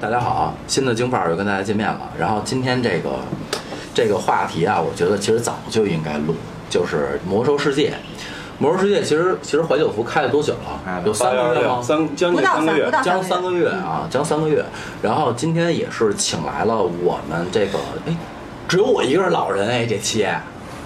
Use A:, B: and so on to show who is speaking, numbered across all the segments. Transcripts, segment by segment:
A: 大家好，啊新的京范儿又跟大家见面了。然后今天这个这个话题啊，我觉得其实早就应该录，就是《魔兽世界》。《魔兽世界》其实其实怀旧服开了多久了？有哎啊三个月吗？
B: 三将近三个月
C: 啊不，到
A: 将
C: 三
A: 三
C: 个
A: 个月啊，将三个月。然后今天也是请来了我们这个，哎，只有我一个是老人哎，这期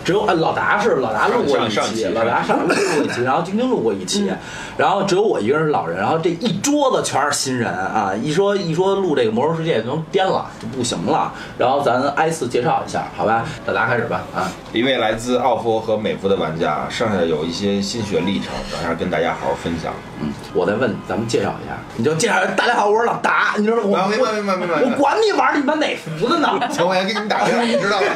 A: 只有哎老达是老达录过一
D: 上上
A: 期，
D: 期
A: 老达上 录过一期，然后晶晶录过一期， 然后只有我一个人是老人，然后这一桌子全是新人啊！一说一说录这个《魔兽世界》都颠了，就不行了。然后咱挨次介绍一下，好吧？老达开始吧啊！
D: 一位来自澳服和美服的玩家，剩下的有一些心血历程，等一下跟大家好好分 享。
A: 嗯，我再问咱们介绍一下，你就介绍大家好，我是老达，你知道我
D: 啊，没
A: 我
D: 没没没
A: 我
D: 没没，
A: 管你玩你妈哪服的呢？
D: 前我先给你们打电话，你知道吗？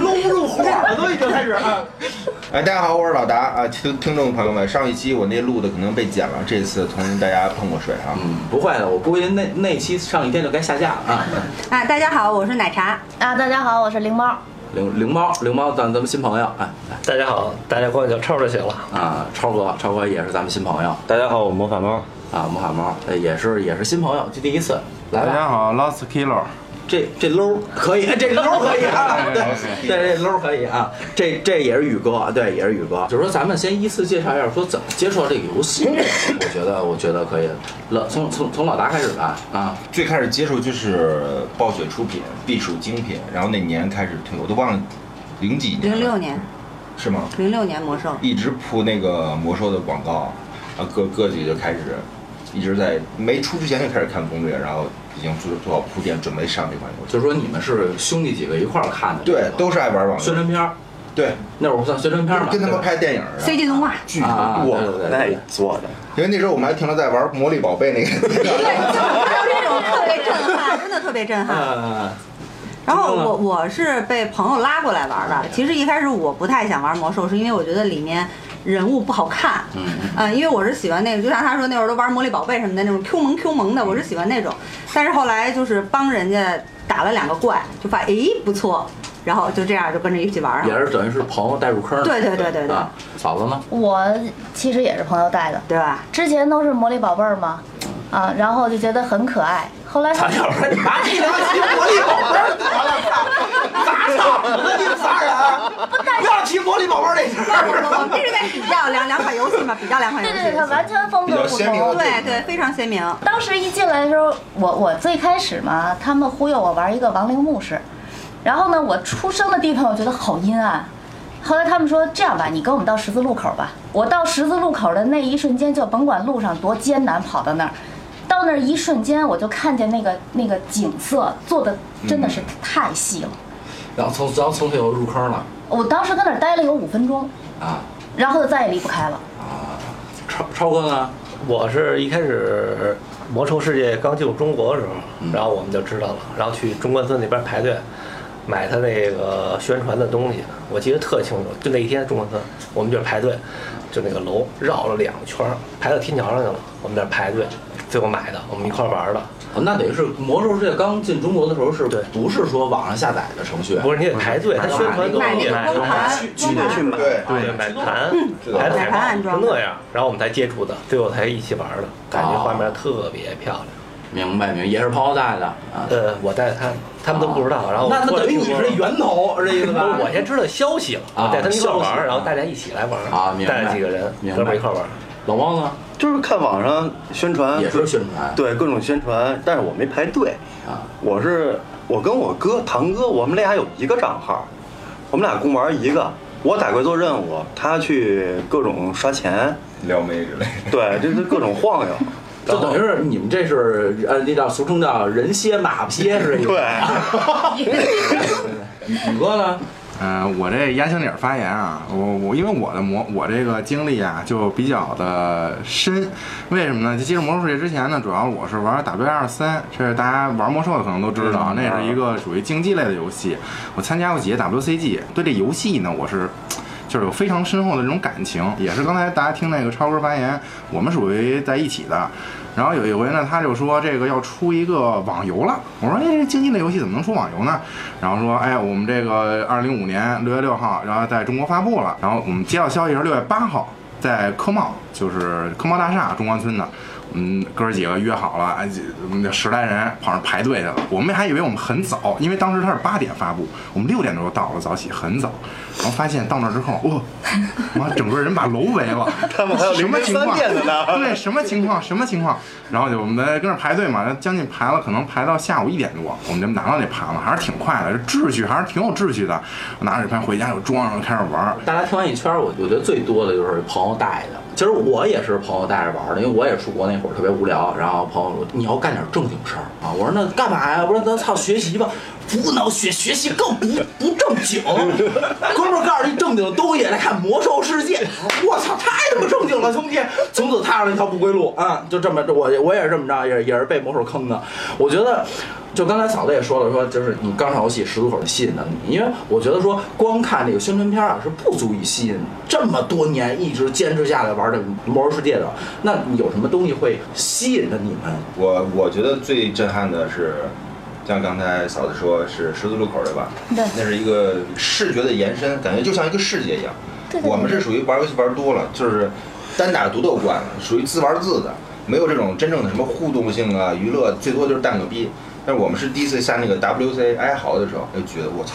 A: 搂不住火了都已经开始啊！
D: 哎，大家好，我是老达啊，听听众朋友们，上一期我那录的可能被剪了，这次重新大家碰过水啊。
A: 嗯，不会的，我估计那那期上一天就该下架了啊。
C: 啊，大家好，我是奶茶。
E: 啊，大家好，我是灵猫。
A: 灵灵猫，灵猫，咱咱们新朋友，哎
F: 大家好，大家管我叫超就行了。
A: 哎啊，超哥，超哥也是咱们新朋友
B: 大家好，我魔法猫。
A: 啊，魔法猫呃也是也是新朋友，这第一次来
B: 大
A: 吧。
B: 家好，Lost
A: 啊
B: Killer。
A: 这这搂可以，哎这搂可以啊，对，对这搂可以啊，这这也是宇哥，对，也是宇哥。就是说咱们先依次介绍一下，说怎么接触到这个游戏，我觉得我觉得可以，老从从从老大开始吧啊，
D: 最开始接触就是暴雪出品，必属精品，然后那年开始推，我都忘了零几年了，
C: 零六年，
D: 是吗？
C: 零六年魔兽，
D: 一直铺那个魔兽的广告，然后各各局就开始一直在没出之前就开始看攻略，然后已经做做好铺垫，准备上这款游戏。
A: 就是说你们是兄弟几个一块儿看的这个，
D: 对，都是爱玩网
A: 宣
D: 游，
A: 传片儿，
D: 对，
A: 那会儿算宣传片儿嘛，
D: 跟他
A: 对
D: 们
A: 吧
D: 拍电影儿
C: CG 动画，
D: 巨
A: 啊，
D: 多，
A: 对对
B: 那
A: 对，
B: 做的
D: 因为那时候我们还停留在玩《魔力宝贝》那个
C: 对， 就是这种特别震撼， 真的特别震撼。
A: 呃，
C: 然后我我是被朋友拉过来玩的。其实一开始我不太想玩魔兽，是因为我觉得里面人物不好看。嗯，因为我是喜欢那个，就像他说那会儿都玩魔力宝贝什么的那种 Q 萌 Q 萌的，我是喜欢那种。但是后来就是帮人家打了两个怪，就发现诶不错，然后就这样就跟着一起玩
A: 也
C: 了，
A: 是等于是朋友带入坑儿，
C: 对对对对对
A: 啊，嫂子 呢？
E: 我其实也是朋友带的，
C: 对吧？
E: 之前都是魔力宝贝儿嘛，啊，然后就觉得很可爱。后来
A: 咱要不然你妈一聊起魔力宝贝儿得了，砸场子呢你们仨人，不要提魔力宝贝儿那事儿。
C: 我 们这是在比较两两款游戏嘛，比较两款游
E: 对
C: 戏。
E: 对对，它完全风格
D: 比较
E: 不
D: 鲜明的
E: 同。
C: 对对，非常鲜明。
E: 当时一进来的时候，我我最开始嘛，他们忽悠我玩一个亡灵牧师，然后呢，我出生的地方我觉得好阴暗。后来他们说这样吧，你跟我们到十字路口吧。我到十字路口的那一瞬间，就甭管路上多艰难，跑到那儿，到那儿一瞬间，我就看见那个那个景色做的真的是太细了。
A: 然后从然后从此又入坑了
E: 我当时跟那儿待了有五分钟，
A: 啊
E: 然后就再也离不开了。
A: 啊，超超哥呢？
F: 我是一开始《魔兽世界》刚进入中国的时候，然后我们就知道了，然后去中关村那边排队买他那个宣传的东西，我记得特清楚。就那一天中关村，我们就是排队，就那个楼绕了两圈儿，排到天桥上去了。我们在那儿排队，最后买的，我们一块儿玩的。
A: 哦那等于是魔兽世界刚进中国的时候，是
F: 对
A: 不是说网上下载的程序？啊
F: 不是你得排队，他宣传东
C: 买
F: 西
C: 那
F: 买
C: 个光盘，光盘
B: 买
D: 对
F: 对，买盘，
D: 对
F: 还
C: 买
F: 买
C: 盘
F: 盘
C: 安
F: 是
C: 装的
F: 那样，然后我们才接触的，最后才一起玩的，感觉画面特别漂亮。
A: 明白明白，也是朋友带的啊。
F: 呃，我带他们，他们都不知道，然后
A: 那那
F: 我
A: 等于你是
F: 原
A: 源头，是这意思吧？
F: 我先知道消息了，
A: 啊
F: 我带他们一块玩
A: 消息
F: 儿，然后大家一起来玩儿
A: 啊明白
F: 带了几个人
A: 明白
F: 哥们儿一块玩儿，
A: 老猫呢？
B: 就是看网上宣传，
A: 也是宣传
B: 嗯对各种宣传，但是我没排队。
A: 啊，
B: 我是我跟我哥堂哥，我们俩有一个账号，我们俩共玩一个。我打怪做任务，他去各种刷钱，
D: 撩妹之类的。
B: 对，这是各种晃悠。
A: 就等于是你们 这是呃，那叫俗称叫人歇马歇是一个。
B: 对，
A: 宇宇哥呢？
G: 嗯、我这压箱底儿发言啊，我我因为我的魔我这个经历啊就比较的深，为什么呢？就接触魔兽世界之前呢，主要我是玩 W 二三，这是大家玩魔兽的可能都知
D: 嗯
G: 道，那是一
D: 啊
G: 个属于竞技类的游戏。我参加过几个 WCG，对这游戏呢，我是。就是有非常深厚的这种感情，也是刚才大家听那个超哥发言，我们属于在一起的。然后有一回呢，他就说这个要出一个网游了，我说哎，这竞技类游戏怎么能出网游呢？然后说哎，我们这个二零五年六月六号，然后在中国发布了。然后我们接到消息是六月八号，在科贸，就是科贸大厦中关村的。嗯，哥儿几个约好了，哎，几我们这十来人跑上排队去了。我们还以为我们很早，因为当时他是八点发布，我们六点多就到了，早起很早。然后发现到那之后，哇、妈，整个人把楼围了，
B: 他们还有
G: 什么情
B: 凌
G: 况？
B: 晨三点的呢
G: 对，什么情况？什么情况？然后就我们在跟那排队嘛，将近排了，可能排到下午一点多，我们就拿到那盘了，还是挺快的，这秩序还是挺有秩序的。我拿着这盘回家就装上，开始玩儿。
A: 大家听完一圈儿，我我觉得最多的就是朋友带的。其实我也是朋友带着玩儿的，因为我也出国那会儿特别无聊，然后朋友说你要干点正经事儿啊，我说那干嘛呀？我说咱操学习吧，不能学，学习更不不正经。哥们儿告诉你正经的东西，来看《魔兽世界》，我操，太他妈正经了，兄弟！从此踏上了一条不归路啊！就这么，我我也是这么着，也也是被魔兽坑的。我觉得。就刚才嫂子也说了，说就是你刚上游戏十足口吸引到你，因为我觉得说光看这个宣传片啊是不足以吸引这么多年一直坚持下来玩这个《魔兽世界》的。那你有什么东西会吸引着你们？
D: 我我觉得最震撼的是，像刚才嫂子说是十字路口对吧？
E: 对
D: 那是一个视觉的延伸，感觉就像一个世界一样。
E: 对对对
D: 我们是属于玩游戏玩多了，就是单打独斗惯了，属于自玩自的，没有这种真正的什么互动性啊、娱乐，最多就是蛋个逼。但是我们是第一次下那个 WC 哀嚎的时候，就哎觉得我操，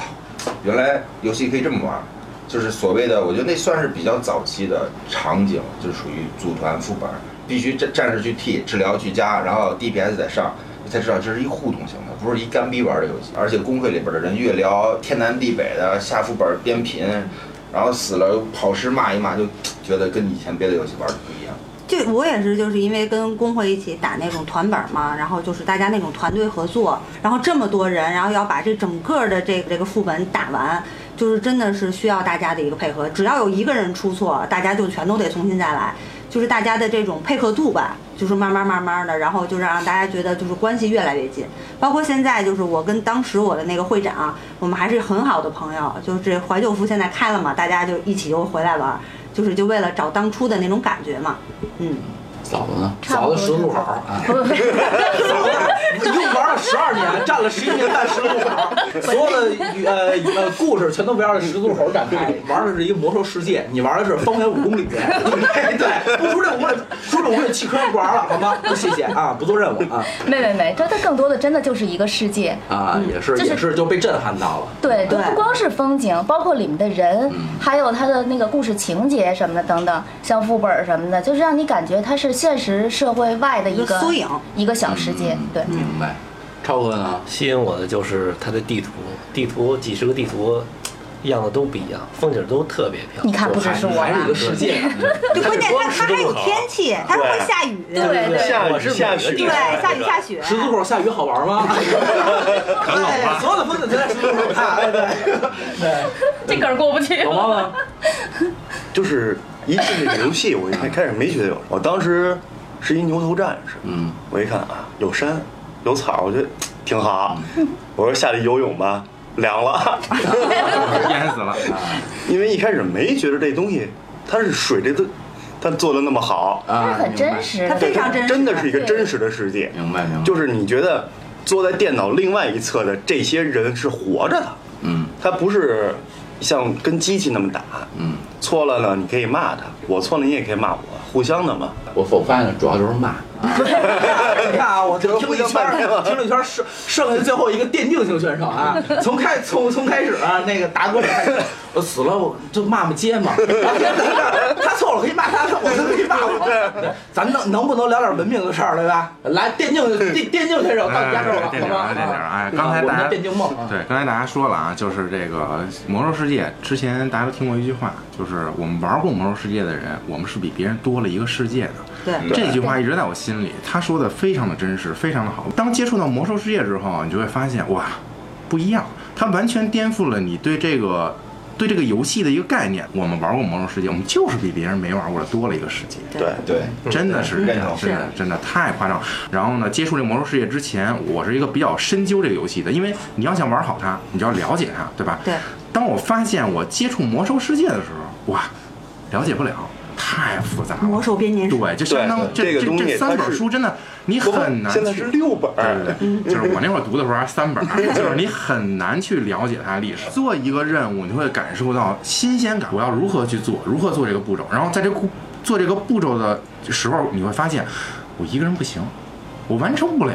D: 原来游戏可以这么玩儿。就是所谓的，我觉得那算是比较早期的场景，就属于组团副本，必须战战士去替，治疗去加，然后 DPS 在上，你才知道这是一互动型的，不是一干逼玩的游戏。而且公会里边的人越聊天南地北的，下副本边贫，然后死了跑尸骂一骂，就觉得跟以前别的游戏玩的不一样。
C: 就我也是，就是因为跟工会一起打那种团本嘛，然后就是大家那种团队合作，然后这么多人，然后要把这整个的这个这个副本打完，就是真的是需要大家的一个配合。只要有一个人出错，大家就全都得重新再来，就是大家的这种配合度吧，就是慢慢慢慢的，然后就让大家觉得就是关系越来越近。包括现在，就是我跟当时我的那个会长，我们还是很好的朋友。就是这怀旧服现在开了嘛，大家就一起又回来玩，就是就为了找当初的那种感觉嘛，嗯。
A: 嫂子呢？
E: 差不
A: 嫂
E: 多
A: 子十字路口啊，
E: 不不不
A: 一共玩了十二年，占了十一年半十字路 口，所有的呃呃故事全都围绕着十字路口 展开。玩的是一个魔兽世界，你玩的是方圆五公里。对，对不出这五公里，出这五公里汽车不玩了，好 吗？不谢谢啊，不做任务啊
E: 没没没，它它更多的真的就是一个世界。
A: 啊，也是
E: 嗯就是
A: 也是就被震撼到了。
E: 对，都
C: 对
E: 不光是风景，包括里面的人，还有它的那个故事情节什么的等等，像副本什么的，就是让你感觉它是现实社会外的一
C: 一个
E: 个
C: 缩影
E: 一个小世界。对，
A: 明白，超哥呢？
F: 吸引我的就是它的地图，地图几十个地图，样子都不一样，风景都特别漂
E: 你
F: 亮。
E: 看不只是我啊
A: 还是一
E: 吧
A: 个？世 界，
C: 就关键它
A: 十
C: 它
A: 字
C: 还
A: 路
C: 有
A: 口。
C: 天气，它还会下雨，
E: 对对对
B: 下
F: 我
B: 雨
F: 是
B: 下
F: 每个
B: 雪
F: 地
C: 对
F: 方
C: 下雨下雪，
A: 十字路口下雨好玩 吗？对，所有的风景全在十字路口看。哎对，
H: 这梗儿过不 去。
A: 老猫呢？
B: 就是一进这个游戏，我一开开始没觉得有什么，我当时是一牛头战士，
A: 嗯，
B: 我一看啊，有山有草，我觉得挺好，我说下去游泳吧，凉了，
G: 淹死了。
B: 因为一开始没觉得这东西它是水这都，它做的那么好，
E: 它是
A: 啊，
E: 很真实
C: 它
E: 的，
C: 非常真实，
B: 真的是一个真实的世界，
A: 明白明白，
B: 就是你觉得坐在电脑另外一侧的这些人是活着的，
A: 嗯
B: 他不是像跟机器那么打，
A: 嗯。
B: 错了呢你可以骂他，我错了你也可以骂我，互相的嘛。
A: 我我发现主要就是骂。你看 啊，我听了一圈儿，听了一圈儿，剩剩下最后一个电竞型选手啊，从开从从开始啊，那个达哥开始，我死了我就骂骂街嘛， 然后现在这儿他错了可以骂他，我就可以骂 我。咱能能不能聊点文明的事儿，对吧？来，电 竞电电竞选手到你家这儿了，
G: 哎
A: 好吗？
G: 哎电竞
A: 啊
G: 哎刚才
A: 我
G: 大
A: 们
G: 家
A: 的电竞梦啊，
G: 对，刚才大家说了啊，就是这个《魔兽世界》之前大家都听过一句话，就是我们玩过《魔兽世界》的人，我们是比别人多了一个世界的。嗯
C: 对。
G: 这句话一直在我心里，他说的非常的真实，非常的好。当接触到魔兽世界之后，你就会发现哇，不一样，它完全颠覆了你对这个对这个游戏的一个概念。我们玩过魔兽世界，我们就是比别人没玩过的多了一个世界。
B: 对，
D: 对，
G: 真的是这
D: 认
G: 样，
D: 同
G: 真
B: 啊
G: 的真的太夸张。然后呢，接触这魔兽世界之前，我是一个比较深究这个游戏的，因为你要想玩好它，你就要了解它，对吧？
C: 对。
G: 当我发现我接触魔兽世界的时候，哇，了解不了，太复杂了。
C: 魔兽编年史，
G: 对，就相当
B: 对
G: 这
B: 这个东西
G: 这三
B: 它
G: 本
B: 是
G: 书真的你很难去。
B: 现在是六本儿，
G: 对
C: 嗯
G: 对对，就是我那会儿读的时候还是三本儿， 就是你很难去了解它的历史。做一个任务，你会感受到新鲜感。我要
B: 嗯
G: 如何去做，如何做这个步骤，然后在这个步做这个步骤的时候，你会发现，我一个人不行，我完成不了，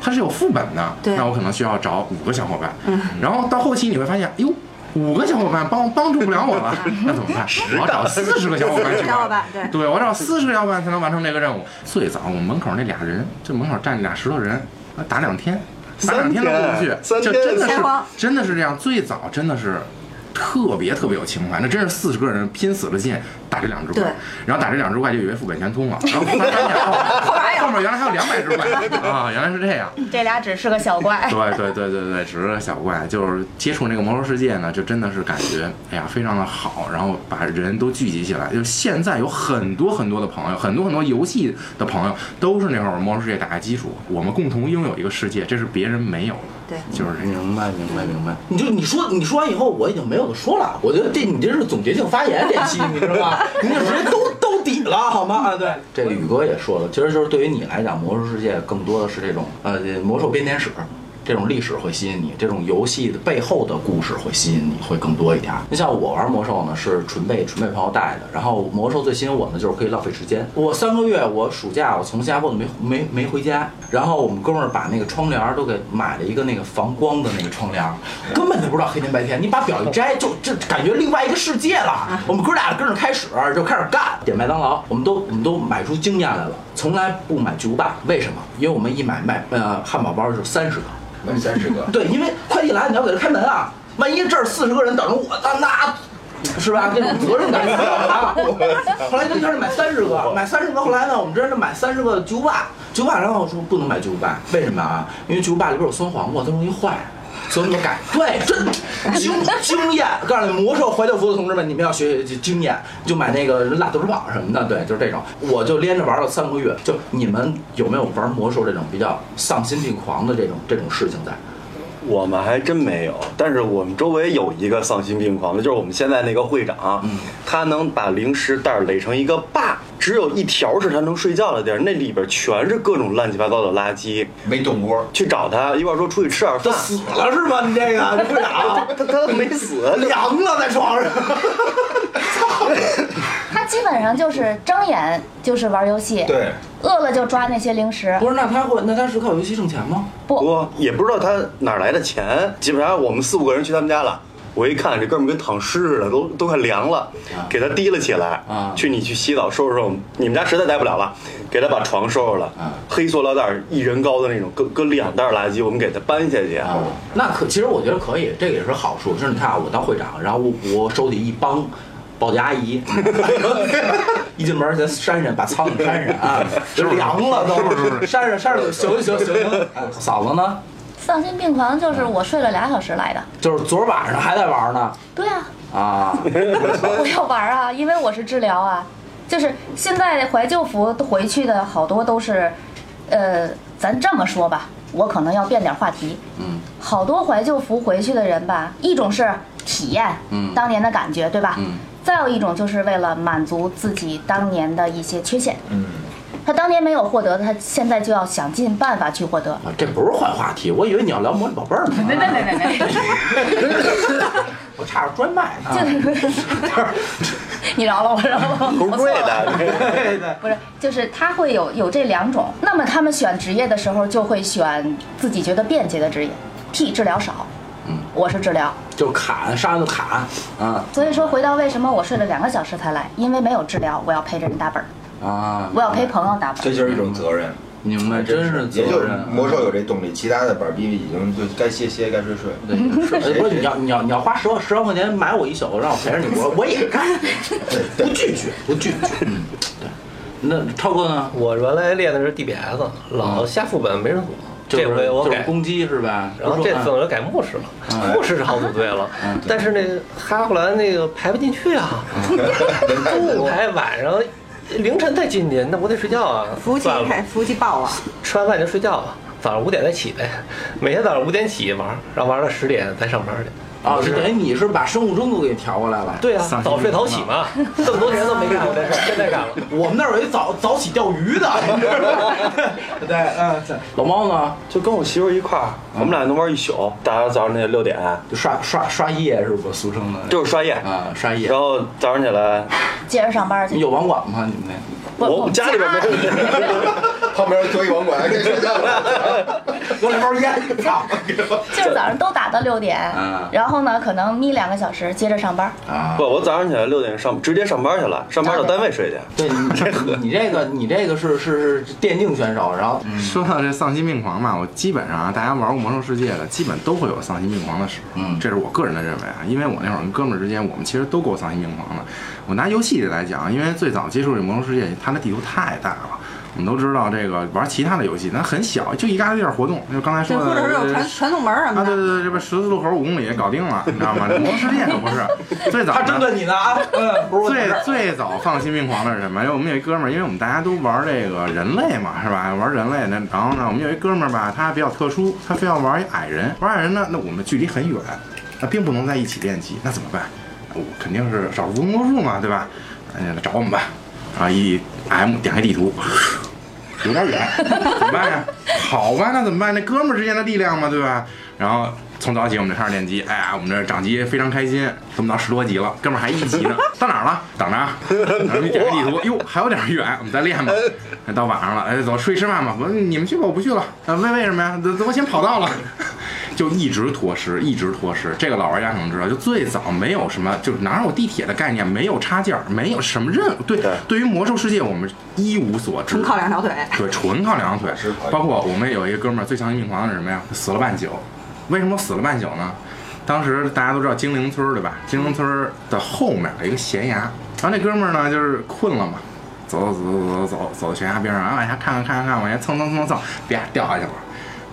G: 它是有副本的，
C: 对
G: 那我可能需要找五个小伙伴，
C: 嗯
G: 然后到后期你会发现，哟。五个小伙伴帮帮助不了 我了，那怎么办？我要找四十个小伙伴去玩。
C: 小伙伴对
G: 对，我找四十个小伙伴才能完成这个任务。最早我们门口那俩人，就门口站俩石头人，呃打两天，打两天都过不去，
B: 三
G: 就
B: 天
G: 真的是
C: 三天
G: 真的是这样。最早真的是特别特别有情怀，那真是四十个人拼死了劲打这两只怪
C: 对，
G: 然后打这两只怪就以为副本全 通了，然后发现哦后面原来还有两百只 怪啊，原来是这样。
E: 这俩只是个小怪。
G: 对对对对对，只是小怪，就是接触那个魔兽世界呢，就真的是感觉，哎呀，非常的好，然后把人都聚集起来。就现在有很多很多的朋友，很多很多游戏的朋友，都是那会儿魔兽世界打的基础，我们共同拥有一个世界，这是别人没有的，
C: 对，
G: 就是这样。
A: 明白，明白，明白。你就你说你说完以后，我已经没有的说了。我觉得这你这是总结性发言，这期你知道吧？你这直接都兜底了，好吗？啊，对。这个宇哥也说了，其实就是对于你来讲，魔兽世界更多的是这种呃魔兽编年史。这种历史会吸引你，这种游戏的背后的故事会吸引你，会更多一点。你像我玩魔兽呢，是纯被纯被朋友带的。然后魔兽最吸引我呢，就是可以浪费时间。我三个月，我暑假我从新加坡都没没没回家，然后我们哥们儿把那个窗帘儿都给买了一个那个防光的那个窗帘儿，根本就不知道黑天白天。你把表一摘，就这感觉另外一个世界了。我们哥俩跟着开始就开始干，点麦当劳，我们都我们都买出经验来了，从来不买巨无霸，为什么？因为我们一买卖呃汉堡包就三十个。
D: 买三十个，
A: 对，因为快递来，你要给他开门啊，万一这儿四十个人等着我，那那。是 吧？这种责任感强啊！后来就开始买三十个，买三十个。后来呢，我们真是买三十个巨无霸，巨无霸。然后我说不能买巨无霸，为什么啊？因为巨无霸里边有酸黄瓜，它容易坏，所以我们改。对，真经 经验。告诉你，魔兽怀旧服的同志们，你们要学习经验，就买那个辣豆汁堡什么的。对，就是这种。我就连着玩了三个月。就你们有没有玩魔兽这种比较丧心病狂的这种这种事情在？
B: 我们还真没有，但是我们周围有一个丧心病狂的，就是我们现在那个会长，他能把零食袋垒成一个坝，只有一条是他能睡觉的地儿，那里边全是各种乱七八糟的垃圾。
D: 没动锅，
B: 去找他，一会儿说出去吃点饭，
A: 死了是吧？你这个你会长
B: 他他没死，啊
A: 凉了在床上。
E: 他基本上就是睁眼就是玩游戏，
D: 对，
E: 饿了就抓那些零食。
A: 不是，那他会，那他是靠游戏挣钱吗？
B: 我也不知道他哪儿来的钱，基本上我们四五个人去他们家了。我一看这哥们儿跟躺尸似的，都都快凉了，给他提了起来。
A: 啊
B: 去你去洗澡收拾收拾，你们家实在待不了了，给他把床收拾了。
A: 啊
B: 黑塑料袋儿一人高的那种，搁搁两袋垃圾，我们给他搬下去。
A: 啊，那可其实我觉得可以，这个也是好处。就是你看啊，我当会长，然后我我手底一帮保洁阿姨， 一进门先扇扇，把苍蝇扇扇 啊，就凉了都，扇扇扇扇，行行行行。哎嫂子呢？
E: 丧心病狂就是我睡了俩小时来的。
A: 就是昨儿晚上还在玩呢
E: 对啊，
A: 啊，
E: 我要玩啊，因为我是治疗啊。就是现在怀旧服回去的好多都是，呃，咱这么说吧，我可能要变点话题。
A: 嗯，
E: 好多怀旧服回去的人吧，一种是体验，
A: 嗯
E: 当年的感觉，对吧？
A: 嗯。
E: 再有一种就是为了满足自己当年的一些缺陷，
D: 嗯，
E: 他当年没有获得的，他现在就要想尽办法去获得。
A: 啊这不是换话题，我以为你要聊魔力宝贝儿呢。
H: 没没没没没，
A: 我差点专卖呢。
E: 你饶了我，饶了我，
B: 不
E: 我
B: 是
E: 错
B: 贵
E: 了。
B: 的，
A: 对对。
E: 不是，就是他会有有这两种。那么他们选职业的时候，就会选自己觉得便捷的职业。T 治疗少，
A: 嗯，
E: 我是治疗。
A: 就砍，杀完就砍，啊
E: 所以说，回到为什么我睡了两个小时才来，因为没有治疗，我要陪着人打本儿，
A: 啊！
E: 我要陪朋友打本
D: 这
E: 儿。
D: 就是一种责任，
A: 明白，嗯真是
D: 也
A: 责
D: 就是
A: 任。啊
D: 魔兽有这动力，其他的板儿逼已经就该歇歇，该睡睡。
A: 对，是不是你要你要你要花十万十万块钱买我一宿，让我陪着你，我我也 干，不拒绝不拒绝。嗯，对。那超哥呢？
F: 我原来练的是 DPS，老下副本没人锁，这
A: 就是
F: 回我
A: 就是
F: 改。
A: 攻击是吧？
F: 然后
A: 不
F: 这
A: 是
F: 次
A: 说啊
F: 我就改牧师了，牧师是好组队了
A: 嗯对，
F: 但是那个哈弗兰那个排不进去啊，中
A: 嗯
F: 午排晚上凌晨再进去，那我得睡觉啊，
C: 服务器
F: 算了
C: 开，服务器爆了，
F: 吃完饭就睡觉吧，早上五点再起呗，每天早上五点起玩，然后玩到十点再上班去。
A: 啊，是
F: 是
A: 等于你是把生物钟都给调过来了。
F: 对
G: 丧心
F: 啊，早睡
G: 病
F: 早
G: 狂
F: 起
G: 啊
F: 嘛，这么多年都没干过这事儿，现在干了。
A: 我们那儿有一早早起钓鱼 的，你知道吗？对，嗯，对老猫呢
B: 就跟我媳妇儿一块
A: 啊
B: 儿，我们俩能玩一宿，打到早上那六点，
A: 就刷刷刷夜是不俗称的？
B: 就是刷夜，
A: 啊，刷夜
B: 然。后早上起来
E: 接着上班去。
A: 有网管吗？你们那？
E: 不
B: 我家里边没
D: 旁边脱衣网管该睡觉了。
A: 给我来包烟，操！
E: 就是早上都打到六点
A: 啊，
E: 然后呢，可能眯两个小时，接着上班。
A: 啊
B: 不，，我早上起来六点上，直接上班去了，上班到单位睡去。
A: 对你你你这个你这个是是是电竞选手，然后
G: 说到这丧心病狂嘛，我基本上啊，大家玩过《魔兽世界》的，基本都会有丧心病狂的时候。
A: 嗯
G: 这是我个人的认为啊，因为我那会儿跟哥们儿之间，我们其实都够丧心病狂的。我拿游戏里来讲，因为最早接触这《魔兽世界》，它的地图太大了。我们都知道，这个玩其他的游戏，那很小，就一旮旯地儿活动，就刚才
C: 对，或
G: 说的，
C: 者是有传传送门儿什么
G: 啊，对
C: 的，
G: 对对，这不十字路口五公里搞定了，你知道吗？这《魔兽世界》可不是最早
A: 他
G: 呢
A: 针对你呢啊，嗯，不是我的
G: 最
A: 事儿
G: 最早放心病狂的是什么？因为我们有一哥们儿，因为我们大家都玩这个人类嘛，是吧？玩人类呢，然后呢，我们有一哥们儿吧，他比较特殊，他非要玩一矮人，玩矮人呢，那我们距离很远，那并不能在一起练级，那怎么办？我肯定是少数服从多数嘛，对吧？哎呀，来找我们吧，啊，一 M 点开地图。有点 远，怎么办呀？好吧，那怎么办？那哥们儿之间的力量嘛，对吧？然后从早起我们就开始练级，哎呀，我们这掌机非常开心，我们到十多级了，哥们儿还一级 呢，到哪儿了？等着啊，咱们点开地图，哟，还有点远，我们 再练吧。到晚上了，哎，走出去吃饭吧。我说你们去吧，我不去了。啊，为为什么呀？怎怎么先跑到了？ 就一直拖时，一直拖时。这个老玩家可能知道，就最早没有什么，就是哪有地铁的概念，没有插件儿，没有什么任务。对
B: 对，
G: 对于魔兽世界，我们一无所知
C: 纯。靠两条腿。
G: 对，纯靠两条腿
D: 是可以。
G: 包括我们有一个哥们儿最丧心病狂的是什么呀？死了半宿。为什么死了半宿呢？当时大家都知道精灵村儿对吧？精灵村儿的后面有一个悬崖，然后那哥们儿呢就是困了嘛，走走走走走走到悬崖边上，然后往下看看看看看，往下蹭蹭蹭蹭，啪掉下去了。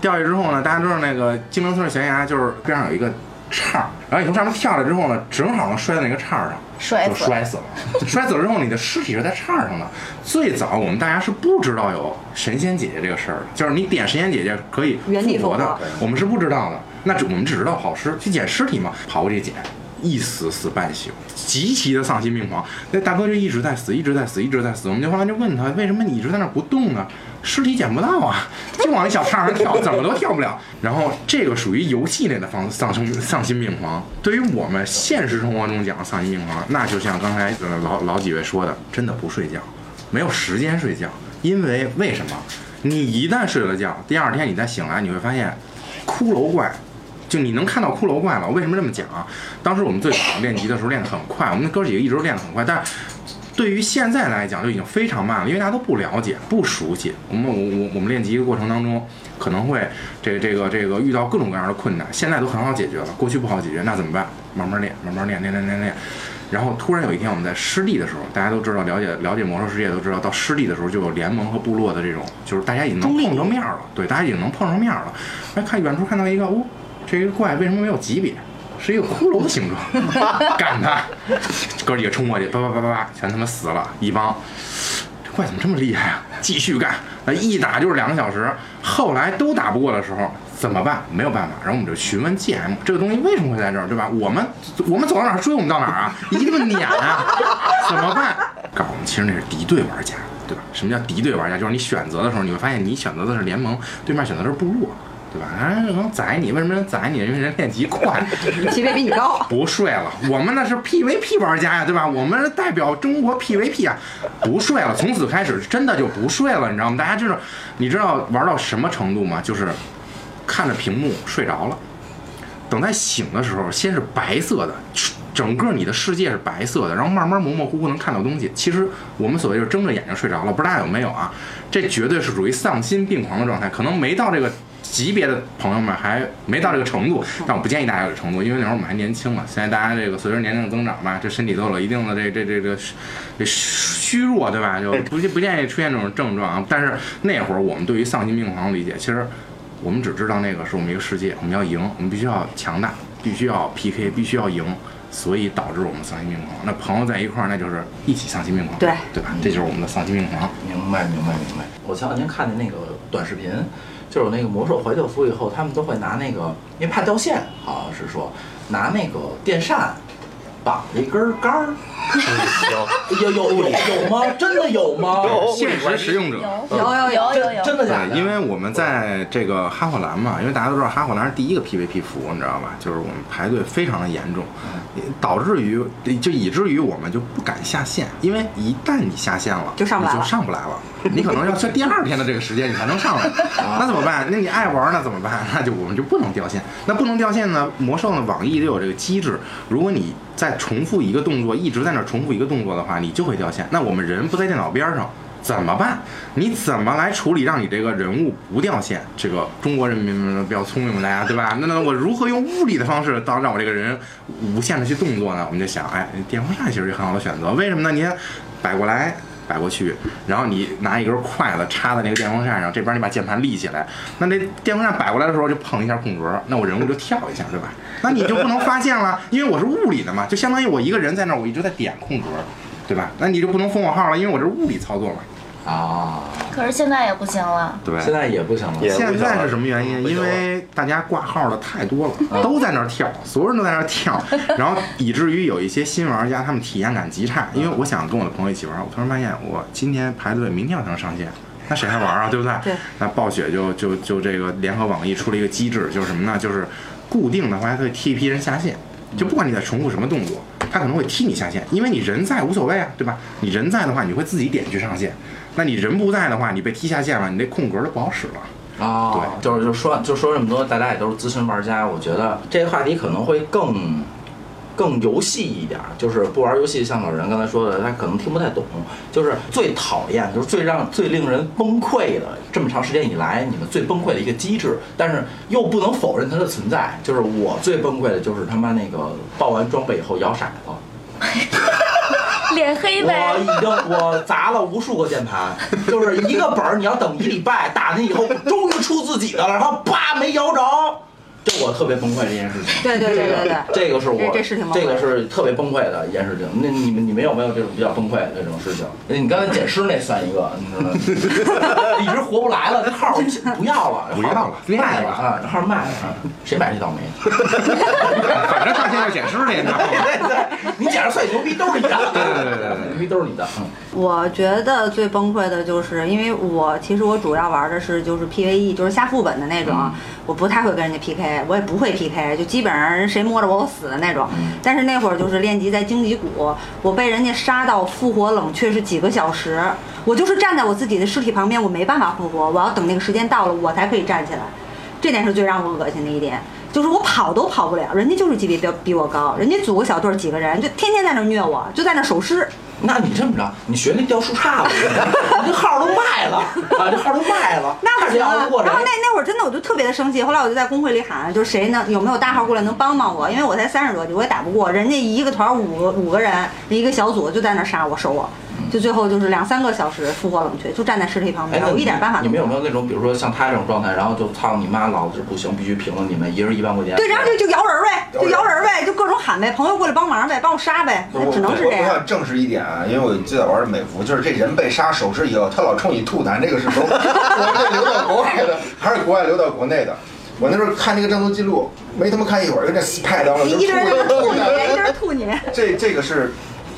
G: 掉下去之后呢，大家知道那个精灵村悬崖就是边上有一个杈儿，然后你从上面跳下来之后呢，正好能摔到那个杈儿上，
E: 摔
G: 就
E: 死
G: 摔死了。摔死了之后，你的尸体是在杈儿上的。最早我们大家是不知道有神仙姐姐这个事儿的，就是你点神仙姐姐可以
C: 原地
G: 复活
C: 复
G: 的
C: 活，
G: 我们是不知道的。那只我们只知道跑尸去捡尸体嘛，跑过去捡。一死死半宿，极其的丧心病狂。那大哥就一直在死，一直在死，一直在死。我们就后来就问他，为什么你一直在那儿不动呢？尸体捡不到啊，就往一小杈上跳，怎么都跳不了。然后这个属于游戏类的方丧生丧心病狂。对于我们现实生活中讲的丧心病狂，那就像刚才呃老老几位说的，真的不睡觉，没有时间睡觉，因为为什么？你一旦睡了觉，第二天你再醒来，你会发现，骷髅怪，就你能看到骷髅怪了。为什么这么讲啊？当时我们最早练级的时候练得很快，我们哥几个一直都练得很快，但是对于现在来讲就已经非常慢了，因为大家都不了解、不熟悉。我们我我我们练级的过程当中，可能会这这个这个遇到各种各样的困难，现在都很好解决了，过去不好解决，那怎么办？慢慢练，慢慢练，练练练练。然后突然有一天我们在湿地的时候，大家都知道了解了解魔兽世界都知道，到湿地的时候就有联盟和部落的这种，就是大家已经能碰上面儿了，对，大家已经能碰上面儿了。哎，看远处看到一个，哦，这个怪为什么没有级别？是一个骷髅的形状， 干他！哥几个冲过去，叭叭叭叭叭，全他妈死了一帮。这怪怎么这么厉害啊？继续干，那一打就是两个小时。后来都打不过的时候怎么办？没有办法，然后我们就询问 GM 这个东西为什么会在这儿，对吧？我们我们走到哪儿追我们到哪儿啊？一顿撵啊， 怎么办？告诉我们，其实那是敌对玩家，对吧？什么叫敌对玩家？就是你选择的时候，你会发现你选择的是联盟，对面选择的是部落。对吧？人家能宰你，为什么能宰你？因为人练级快，
C: 级别比你高，
G: 不睡了，我们那是 PVP 玩家呀，对吧？我们是代表中国 PVP 啊，不睡了，从此开始真的就不睡了，你知道吗？大家知道，你知道玩到什么程度吗？就是看着屏幕睡着了，等再醒的时候，先是白色的，整个你的世界是白色的，然后慢慢模模糊糊能看到东西。其实我们所谓就是睁着眼睛睡着了，不知道大家有没有啊？这绝对是属于丧心病狂的状态，可能没到这个。级别的朋友们还没到这个程度，但我不建议大家有这程度，因为那会儿我们还年轻嘛。现在大家这个随着年龄的增长吧，这身体都有了一定的这这这这这虚弱，对吧？就不不建议出现这种症状啊。但是那会儿我们对于丧心病狂的理解，其实我们只知道那个是我们一个世界，我们要赢，我们必须要强大，必须要 PK，必须要赢，所以导致我们丧心病狂。那朋友在一块儿，那就是一起丧心病狂，
C: 对
G: 对吧？这就是我们的丧心病狂。
A: 明白，明白，明白。我前两天看见那个短视频，就是那个魔兽怀旧服以后，他们都会拿那个，因为怕掉线，好像是说拿那个电扇绑了一根杆儿，
B: 行，
A: 有有有有吗？真的有吗？
B: 有
G: 现实使用者。
E: 有
C: 有有有，
E: 有有有
A: 真的假的？
G: 对，因为我们在这个哈火兰嘛，因为大家都知道哈火兰是第一个 PVP 服务，你知道吧？就是我们排队非常的严重，导致于就以至于我们就不敢下线，因为一旦你下线了，
C: 就上不来了
G: 你就上不来了， 你可能要在第二天的这个时间你才能上来，那怎么办？那你爱玩那怎么办？ 那就我们就不能掉线，那不能掉线呢？魔兽呢，网易就有这个机制，如果你在重复一个动作，一直在那儿重复一个动作的话，你就会掉线。那我们人不在电脑边儿上。怎么办？你怎么来处理让你这个人物不掉线？这个中国人民比较聪明，大家对吧？那那我如何用物理的方式当让我这个人无限的去动作呢？我们就想，哎，电风扇其实是很好的选择。为什么呢？你摆过来。摆过去，然后你拿一根筷子插在那个电风扇上，这边你把键盘立起来，那这电风扇摆过来的时候就碰一下空格，那我人物就跳一下，对吧？那你就不能发现了，因为我是物理的嘛，就相当于我一个人在那儿，我一直在点空格，对吧？那你就不能封我号了，因为我这是物理操作嘛。
A: 啊，
E: 可是现在也不行了。
G: 对
A: 现在也不行了
B: 也
G: 现在是什么原
B: 不
G: 因？
B: 行
G: 因
B: 了
G: 为大家挂号的太多了，都在那儿跳，所有人都在那儿跳，然后以至于有一些新玩家他们体验感极差。因为我想跟我的朋友一起玩，我突然发现我今天排队，明天我才能上线。那谁还玩啊，对不对？
C: 对
G: 那暴雪就就就这个联合网易出了一个机制，就是什么呢？就是固定的话，它会踢一批人下线，就不管你在重复什么动作，它可能会踢你下线，因为你人在无所谓啊，对吧？你人在的话，你会自己点去上线。那你人不在的话，你被踢下线了，你那空格都不好使了。
A: 啊，
G: 对
A: 就是就说就说这么多，大家也都是资深玩家，我觉得这个话题可能会更更游戏一点儿，就是不玩游戏像老人刚才说的，他可能听不太懂，就是最讨厌，就是最让最令人崩溃的，这么长时间以来你们最崩溃的一个机制，但是又不能否认它的存在，就是我最崩溃的就是他妈那个爆完装备以后摇骰子。
E: 脸黑
A: 我
E: 呗
A: 已。 经我砸了无数个键盘，就是一个本儿，你要等一礼拜，打那以后终于出自己的了，然后叭没摇着，这我特别崩溃这件事情。
C: 对对对对对，
A: 这个是我
C: 这这事情吗
A: 这个是特别崩溃的一件事情。那你们你们有没有这种比较崩溃的这种事情？哎你刚才捡尸那算 一个，你知道吗？一直活不来了，号儿不要了，
G: 不要了
A: 卖
G: 卖
A: 了
G: 了
A: 啊，号儿卖了啊，谁买这倒霉？
G: 反正上线要显示的，你知道吗？
A: 对对， 你捡着算你牛逼都是你的，对
G: 对对对对
A: 牛逼都是你的。嗯
C: 我觉得最崩溃的就是，因为我其实我主要玩的是就是 PVE，就是下副本的那种，我不太会跟人家 PK，我也不会 PK，就基本上人谁摸着我我死的那种。但是那会儿就是练级在荆棘谷，我被人家杀到复活冷却是几个小时，我就是站在我自己的尸体旁边，我没办法复活，我要等那个时间到了我才可以站起来。这点是最让我恶心的一点，就是我跑都跑不了，人家就是级别比比我高，人家组个小队儿几个人就天天在那虐我，就在那守尸。
A: 那你这么着，你学那掉树杈子，你这号儿都卖了啊，这号儿都卖了，
C: 那不
A: 这
C: 行
A: 熬
C: 啊
A: 得！过
C: 然后那
A: 谁？
C: 那会儿真的我就特别的生气，后来我就在公会里喊，就是谁能有没有大号过来能帮帮我？因为我才三十多级，我也打不过人家一个团儿五个五个人，一个小组就在那杀我守我，
A: 嗯
C: 就最后就是两三个小时复活冷却，就站在尸体旁边，
A: 哎那
C: 我一点办法
A: 你们
C: 都没
A: 有没有那种，比如说像他这种状态，然后就操你妈，老子不行，必须平了你们，一人一万块钱。
C: 对，然后就就摇人儿呗，
D: 摇
C: 就
D: 人
C: 摇人儿呗，就各种喊呗，朋友过来帮忙呗，帮我杀呗，
D: 我
C: 只能是
D: 我
C: 这
D: 我
C: 样。
D: 想证实一点啊，因为我最早玩的美服，就是这人被杀手持以后，他老冲你吐痰，这个是 从国内流到国外的，还是国外流到国内的？我那时候看那个战斗记录，没他妈看一会儿，跟那 spy 当了，
C: 你
D: 就
C: 一
D: 吐
C: 直在那吐你，一直
D: 了。
C: 在吐你。
D: 这这个是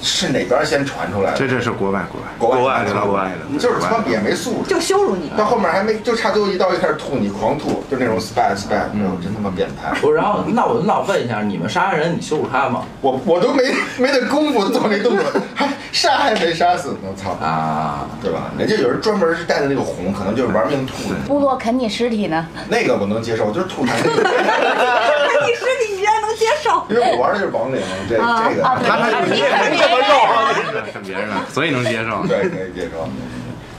D: 是哪边先传出来的？
G: 这这是国外国外
D: 国外
B: 国外
G: 知
B: 的
G: 道
B: 国
G: 国
B: 外
G: 外
B: 的。
G: 的，
D: 就是他妈也没素质。
C: 就羞辱你，
D: 到后面还没就差最后一刀就开始吐你，狂吐，就那种 spy spy，哎呦，真他妈变态！
A: 我然后那我那我问一下，你们杀人你羞辱他吗？
D: 我我都没没那功夫做那动作，还杀还没杀死呢，操！
A: 啊，
D: 对吧？人家有人专门是带着那个红，可能就是玩命吐的，
E: 部落啃你尸体呢，
D: 那个我能接受，就是吐痰那个。
C: 看哎你尸体你居然能接 受，
D: 因为我玩的就是亡灵，这
C: 啊
D: 这个
E: 啊
G: 他他
E: 你
G: 也
E: 啃别人，
G: 是别人的，所以能接受。
D: 对可以接受。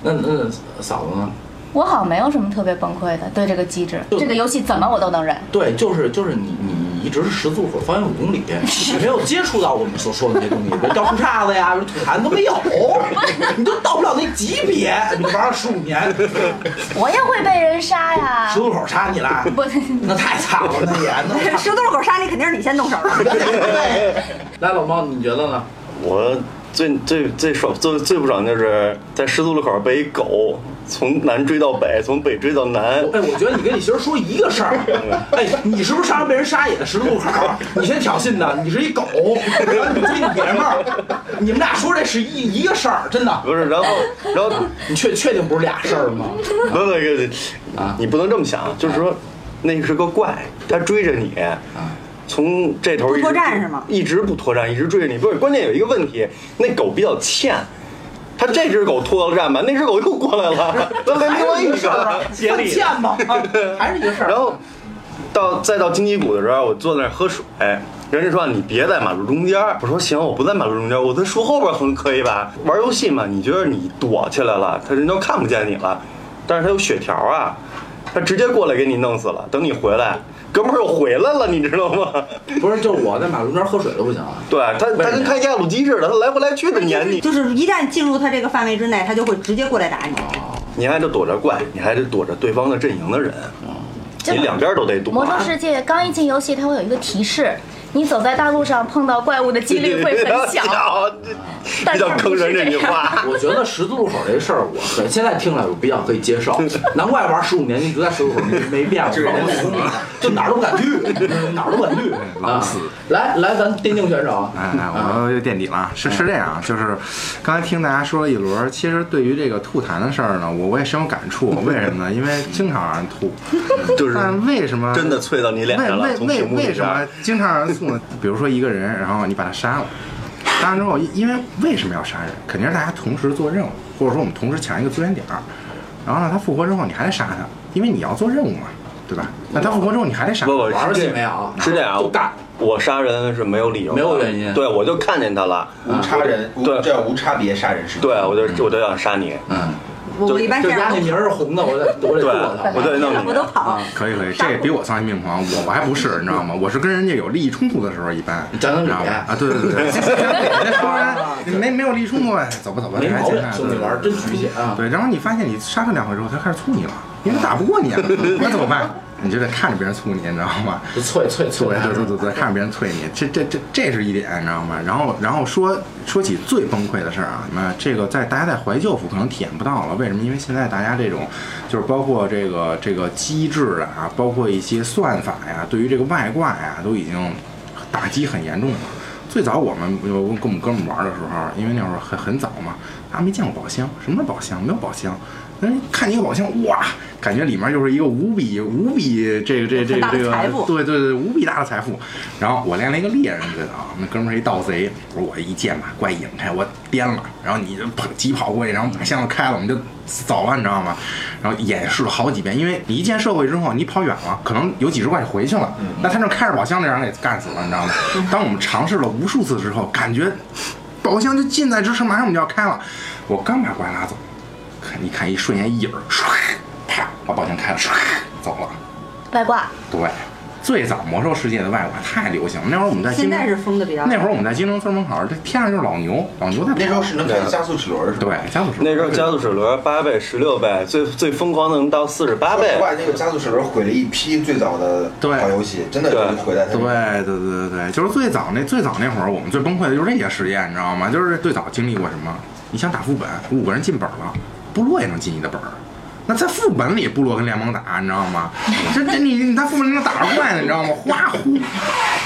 A: 那那嫂子呢？
E: 我好像没有什么特别崩溃的，对这个机制，这个游戏怎么我都能忍。
A: 对，就是就是你你一直是十足所方圆五公里，你没有接触到我们所说的那东西，比如掉树杈子呀，比如吐痰都没有，你都到不了那级别，你玩了十五年，
E: 我也会被人杀呀
A: 十。字路口杀你了，
E: 啊不，
A: 那太惨了，那也 那
C: 十字路口杀你肯定是你先动手的。
A: 来，老猫，你觉得呢？
B: 我最最最爽最最不爽就是在十字路口被一狗从南追到北，从北追到南
A: 我。哎，我觉得你跟你媳妇儿说一个事儿。哎，你是不是上回被人杀也是十字路口？你先挑衅的，你是一狗，然后你追你爷们儿，你们俩说这是一一个事儿，真的。
B: 不是，然后，然后
A: 你确确定不是俩事儿吗？
B: 不不不
A: 啊，
B: 你不能这么想，就是说，那是个怪，他追着你，从这头一直
C: 不脱站是吗
B: 一直不脱站，一直追着你。不是，关键有一个问题，那狗比较欠，他这只狗脱了站吧，那只狗又过来了，那来另外 一个。
A: 接力见啊吗？ 啊还是一个事儿。
B: 然后到再到荆棘谷的时候，我坐那儿喝水，人家说你别在马路中间儿。我说行，我不在马路中间儿，我在树后边儿很可以吧？玩游戏嘛，你觉得你躲起来了，他人都看不见你了，但是他有血条啊，他直接过来给你弄死了。等你回来，哥们儿又回来了，你知道吗？
A: 不是，就是我在马路边喝水都不行啊。
B: 对他，他跟开压路机似的，他来回来去的撵你。
C: 就是一旦进入他这个范围之内，他就会直接过来打你。
A: 哦
B: 你还得躲着怪，你还得躲着对方的阵营的人，
E: 这
B: 你两边都得躲。啊
E: 魔兽世界刚一进游戏，它会有一个提示，你走在大路上碰到怪物的几率会很 小。
B: 小，比较坑人这句话。
A: 我觉得十字路口这事儿，我很现在听来我比较可以接 受。难怪玩十五年一直在十字路口没没变过，就哪儿都不 敢去，哪儿都不敢去，
G: 老死
A: 啊。来来，咱电竞选手，啊
G: 哎，哎，我又垫底了啊，是是这样，就是刚才听大家说了一轮，其实对于这个吐痰的事儿呢，我我也深有感触。为什么呢？因为经常让人吐，
B: 就是
G: 但为什么
A: 啊
B: 真的啐到你脸上了，
G: 为
B: 从
G: 为
B: 屏
G: 为
B: 幕
G: 为
B: 底
G: 什么
B: 下。
G: 经常让人送呢？比如说一个人，然后你把他杀了，杀完之后，因因为为什么要杀人？肯定是大家同时做任务，或者说我们同时抢一个资源点儿，然后呢，他复活之后你还得杀他，因为你要做任务嘛，对吧？那他复活之后你还得杀
B: 不，不，
A: 玩
B: 是
A: 游戏
B: 这
A: 没有？
B: 是这样，
A: 就干。
B: 我杀人是没有理由的，
A: 没有原因
B: 对，我就看见他了，
D: 无差
A: 啊
D: 人，无
B: 对
D: 这叫无差别杀人事件。
B: 对我就我就想杀你，
A: 嗯，
C: 我我一 般
A: 就
C: 这
A: 压
C: 样
A: 那，名儿是红的，我得我得
B: 对，
A: 剁他。
B: 我就得弄
C: 我都
B: 你。
A: 啊
C: 跑。
G: 可以可以，这个比我丧心病狂，我我还不是，你知道吗？我是跟人家有利益冲突的时候，一般
A: 你长长
G: 你知道
A: 脸
G: 吧？啊，对对对对，你这说人你没没有利益冲突，哎走吧走吧，
A: 没
G: 这还
A: 毛病
G: 行，啊
A: 兄弟玩儿真局气 啊！
G: 对，然后你发现你杀他两回之后，他开始醋你了，因为他打不过你啊，那怎么办？你就得看着别人醋你，你知道吗？
A: 就啐啐啐
G: 对啊
A: 他
G: 对对对对，看着别人啐你，这这这这是一点，你知道吗？然后然后说说起最崩溃的事儿啊，那这个在大家在怀旧服可能体验不到了，为什么？因为现在大家这种就是包括这个这个机制啊，包括一些算法呀，对于这个外挂呀，都已经打击很严重了。最早我们我跟我们哥们玩的时候，因为那会儿很很早嘛，他没见过宝箱，什么是宝箱？没有宝箱。人看一个宝箱，哇，感觉里面就是一个无比无比这个这个这
C: 很
G: 个
C: 大的
G: 这个
C: 财富
G: 对对对，无比大的财富。然后我练了一个猎人，最早那哥们儿是一盗贼，我说我一剑把怪引开，我颠了，然后你就跑疾跑过去，然后把箱子开了，我们就走了，你知道吗？然后演示了好几遍，因为你一见社会之后，你跑远了，可能有几十怪就回去了，那他正开着宝箱就让人给干死了，你知道吗？当我们尝试了无数次之后，感觉宝箱就近在咫尺，马上我们就要开了，我刚把怪拉走。看，你看一瞬间一影儿，唰，啪，把宝箱开了，唰，走了。
E: 外挂，
G: 对，最早魔兽世界的外挂太流行了，那会儿我们在金
C: 现
G: 城
C: 在是封的比较
G: 那会儿我们在金城村门口，这天上就是老牛，老牛在跑
D: 那时候是能看加速齿轮是吧？
G: 对加速时
B: 那时候加速水轮八倍、十六倍，最最疯狂的能到四十八
D: 说
B: 倍
D: 实。话，那个加速齿轮毁了一批最早的
G: 对
D: 好游戏，真的就是毁在它
G: 对对对对对，就是最早那最早那会儿，我们最崩溃的就是这些实验，你知道吗？就是最早经历过什么？你想打副本，五个人进本了，部落也能进你的本儿。那在副本里，部落跟联盟打，你知道吗？ 这这你你在副本里能打着怪呢，你知道吗？哗呼，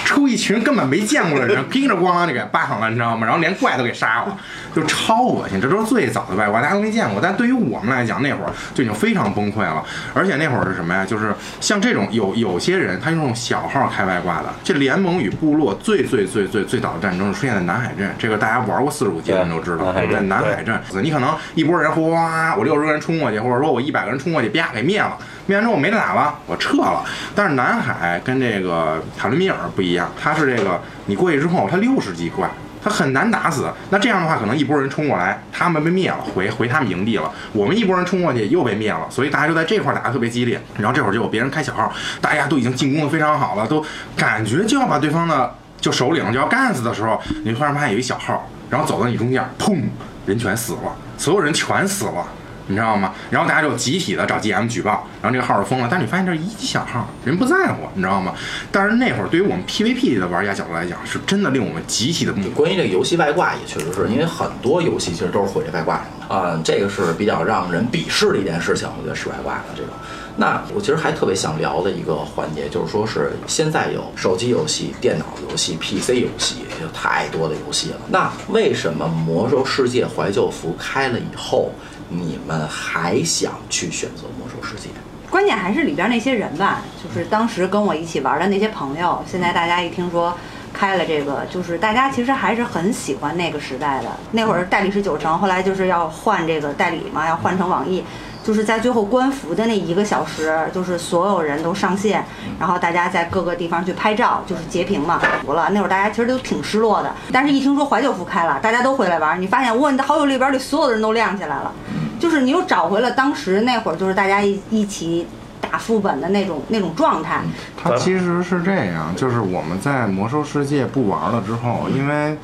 G: 抽一群根本没见过的人， 叮着咣啷就给扒上了，你知道吗？然后连怪都给杀了，就超恶心。这都是最早的外挂，大家都没见过。但对于我们来讲，那会儿就已经非常崩溃了。而且那会儿是什么呀？就是像这种有有些人，他用小号开外挂的。这联盟与部落最最最最最早的战争是出现在南海镇，这个大家玩过四十五级的人都知道，
B: 对南海镇
G: 在南
B: 对
G: 海阵，你可能一拨人哗，我六十个人冲过去，或者说我一百个人冲过去，啪给灭了，灭完之后我没得打了，我撤了。但是南海跟这个塔伦米尔不一样，它是这个你过去之后，它六十级怪。它很难打死，那这样的话，可能一拨人冲过来，他们被灭了，回回他们营地了。我们一拨人冲过去又被灭了，所以大家就在这块儿打得特别激烈。然后这会儿就有别人开小号，大家都已经进攻的非常好了，都感觉就要把对方的就首领就要干死的时候，你突然发现有一小号，然后走到你中间，砰，人全死了，所有人全死了。你知道吗？然后大家就集体的找 GM 举报，然后这个号就封了。但是你发现这是一级小号，人不在乎，你知道吗？但是那会儿对于我们 PVP 的玩家角度来讲，是真的令我们集体的目
A: 关于这个游戏外挂，也确实是因为很多游戏其实都是毁在外挂上的啊、这个是比较让人鄙视的一件事情。我觉得是外挂的这种。那我其实还特别想聊的一个环节，就是说是现在有手机游戏、电脑游戏、PC 游戏，有太多的游戏了。那为什么《魔兽世界》怀旧服开了以后，你们还想去选择《魔兽世界》？
C: 关键还是里边那些人吧，就是当时跟我一起玩的那些朋友。现在大家一听说开了这个，就是大家其实还是很喜欢那个时代的。那会儿代理是九成，后来就是要换这个代理嘛，要换成网易。就是在最后关服的那一个小时，就是所有人都上线，然后大家在各个地方去拍照，就是截屏嘛，服了。那会儿大家其实都挺失落的，但是一听说怀旧服开了，大家都回来玩，你发现哇，你的好友列表里所有的人都亮起来了。就是你又找回了当时那会儿，就是大家一一起打副本的那种那种状态。
G: 它其实是这样，就是我们在魔兽世界不玩了之后，因为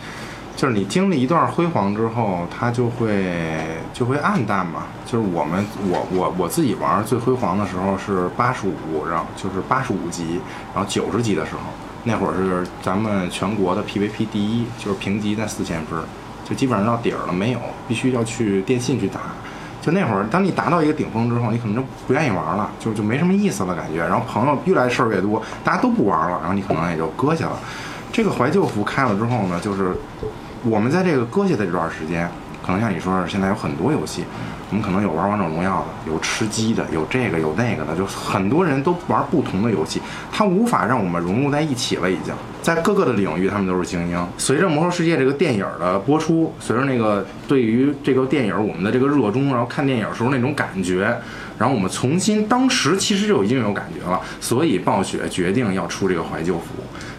G: 就是你经历一段辉煌之后，它就会就会暗淡嘛。就是我们我我我自己玩最辉煌的时候是八十五，然后就是八十五级，然后九十级的时候，那会儿是咱们全国的 PVP 第一，就是评级在四千分，就基本上到底儿了没有，必须要去电信去打。就那会儿，当你达到一个顶峰之后，你可能就不愿意玩了，就就没什么意思了感觉。然后朋友越来事儿越多，大家都不玩了，然后你可能也就搁下了。这个怀旧服开了之后呢，就是我们在这个搁下的这段时间，可能像你说的，现在有很多游戏，我们可能有玩王者荣耀的，有吃鸡的，有这个有那个的，就很多人都玩不同的游戏，它无法让我们融入在一起了，已经在各个的领域他们都是精英。随着《魔兽世界》这个电影的播出，随着那个对于这个电影我们的这个热衷，然后看电影时候那种感觉。然后我们重新，当时其实就已经有感觉了，所以暴雪决定要出这个怀旧服。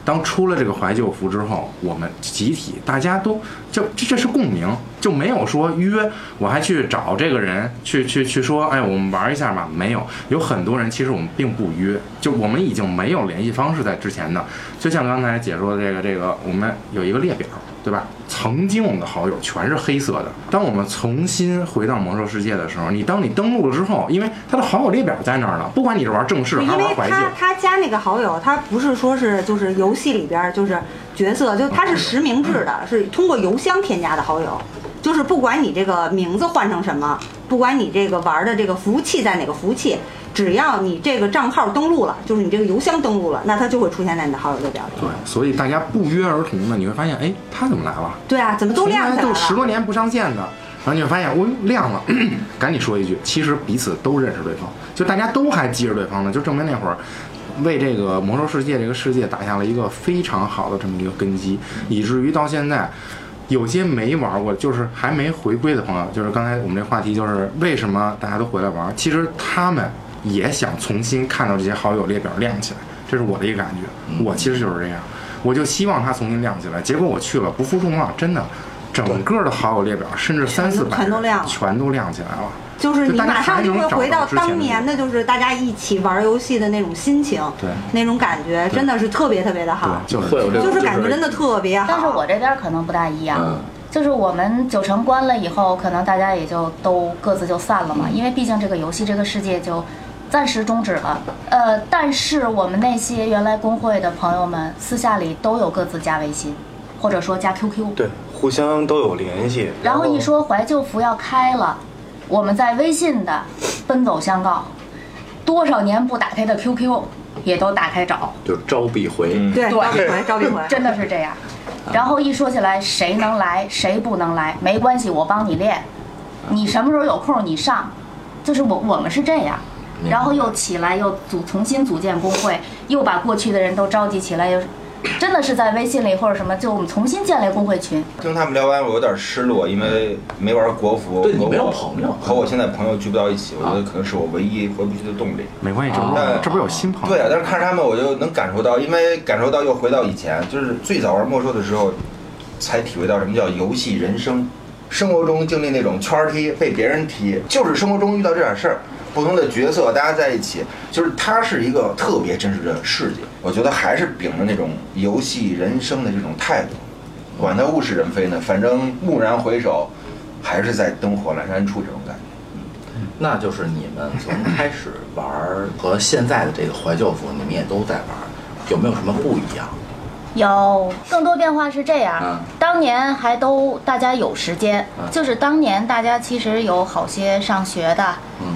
G: 当出了这个怀旧服之后，我们集体大家都就这这是共鸣，就没有说约，我还去找这个人去去去说，哎，我们玩一下吧。没有，有很多人其实我们并不约，就我们已经没有联系方式在之前的。就像刚才姐说的这个这个，我们有一个列表，对吧？曾经我们的好友全是黑色的。当我们重新回到魔兽世界的时候，你当你登录了之后，因为他的好友列表在那儿呢，不管你是玩正式还
C: 因
G: 是
C: 为
G: 玩怀旧，
C: 他他加那个好友，他不是说是就是游戏里边儿就是角色，就他是实名制的， 是通过邮箱添加的好友，就是不管你这个名字换成什么，不管你这个玩的这个服务器在哪个服务器，只要你这个账号登录了，就是你这个邮箱登录了，那它就会出现在你的好友列表里。
G: 对，所以大家不约而同的，你会发现，哎，他怎么来了？
C: 对啊，怎么都
G: 从
C: 亮
G: 来
C: 起来
G: 就十
C: 了？
G: 多年不上线的，然后你会发现，哦，亮了， 赶紧说一句，其实彼此都认识对方，就大家都还记着对方呢，就证明那会儿。为这个魔兽世界这个世界打下了一个非常好的这么一个根基，以至于到现在，有些没玩过，就是还没回归的朋友，就是刚才我们这话题，就是为什么大家都回来玩？其实他们也想重新看到这些好友列表亮起来，这是我的一个感觉。嗯我其实就是这样，我就希望它重新亮起来。结果我去了，不负众望，真的，整个的好友列表，甚至三四百
C: 全都亮了
G: 全都亮起来了。
C: 就是你马上就会回到当年
G: 就大家还能找到之前的
C: 的，就是大家一起玩游戏的那种心情，
G: 对
C: 那种感觉真的是特别特别的好，
G: 对，就是
A: 会有这
C: 就
A: 种
C: 是感觉真的特别好。
E: 但是我这边可能不大一样。
A: 嗯
E: 就是我们九城关了以后，可能大家也就都各自就散了嘛，因为毕竟这个游戏这个世界就暂时终止了。呃，但是我们那些原来工会的朋友们，私下里都有各自加微信，或者说加 QQ。
B: 对，互相都有联系。
E: 然后一说怀旧服要开了，我们在微信的奔走相告，多少年不打开的 QQ 也都打开找，
A: 就是招必回。
D: 嗯
C: 对，
E: 对
C: 招炳回，招炳回，
E: 真的是这样。然后一说起来谁能来谁不能来，没关系，我帮你练，你什么时候有空你上，就是我我们是这样。然后又起来，又组重新组建工会，又把过去的人都召集起来，又真的是在微信里或者什么，就我们重新建立工会群。
D: 听他们聊完，我有点失落，因为没玩国
A: 嗯
D: 服，
A: 对你
D: 和我
A: 没有朋友啊
D: 和我现在朋友聚不到一起，我觉得可能是我唯一回不去的动力。
G: 没关系，这不
D: 啊
G: 是这不是有新朋友
D: 对啊，但是看着他们，我就能感受到，因为感受到又回到以前，就是最早玩魔兽的时候，才体会到什么叫游戏人生。生活中经历那种圈儿踢，被别人踢，就是生活中遇到这点事儿，不同的角色，大家在一起，就是它是一个特别真实的世界。我觉得还是秉着那种游戏人生的这种态度，管它物是人非呢，反正蓦然回首，还是在灯火阑珊处这种感觉。
A: 那就是你们从开始玩儿和现在的这个怀旧服，你们也都在玩儿，有没有什么不一样？
E: 有更多变化是这样，
A: 嗯
E: 当年还都大家有时间，
A: 嗯
E: 就是当年大家其实有好些上学的，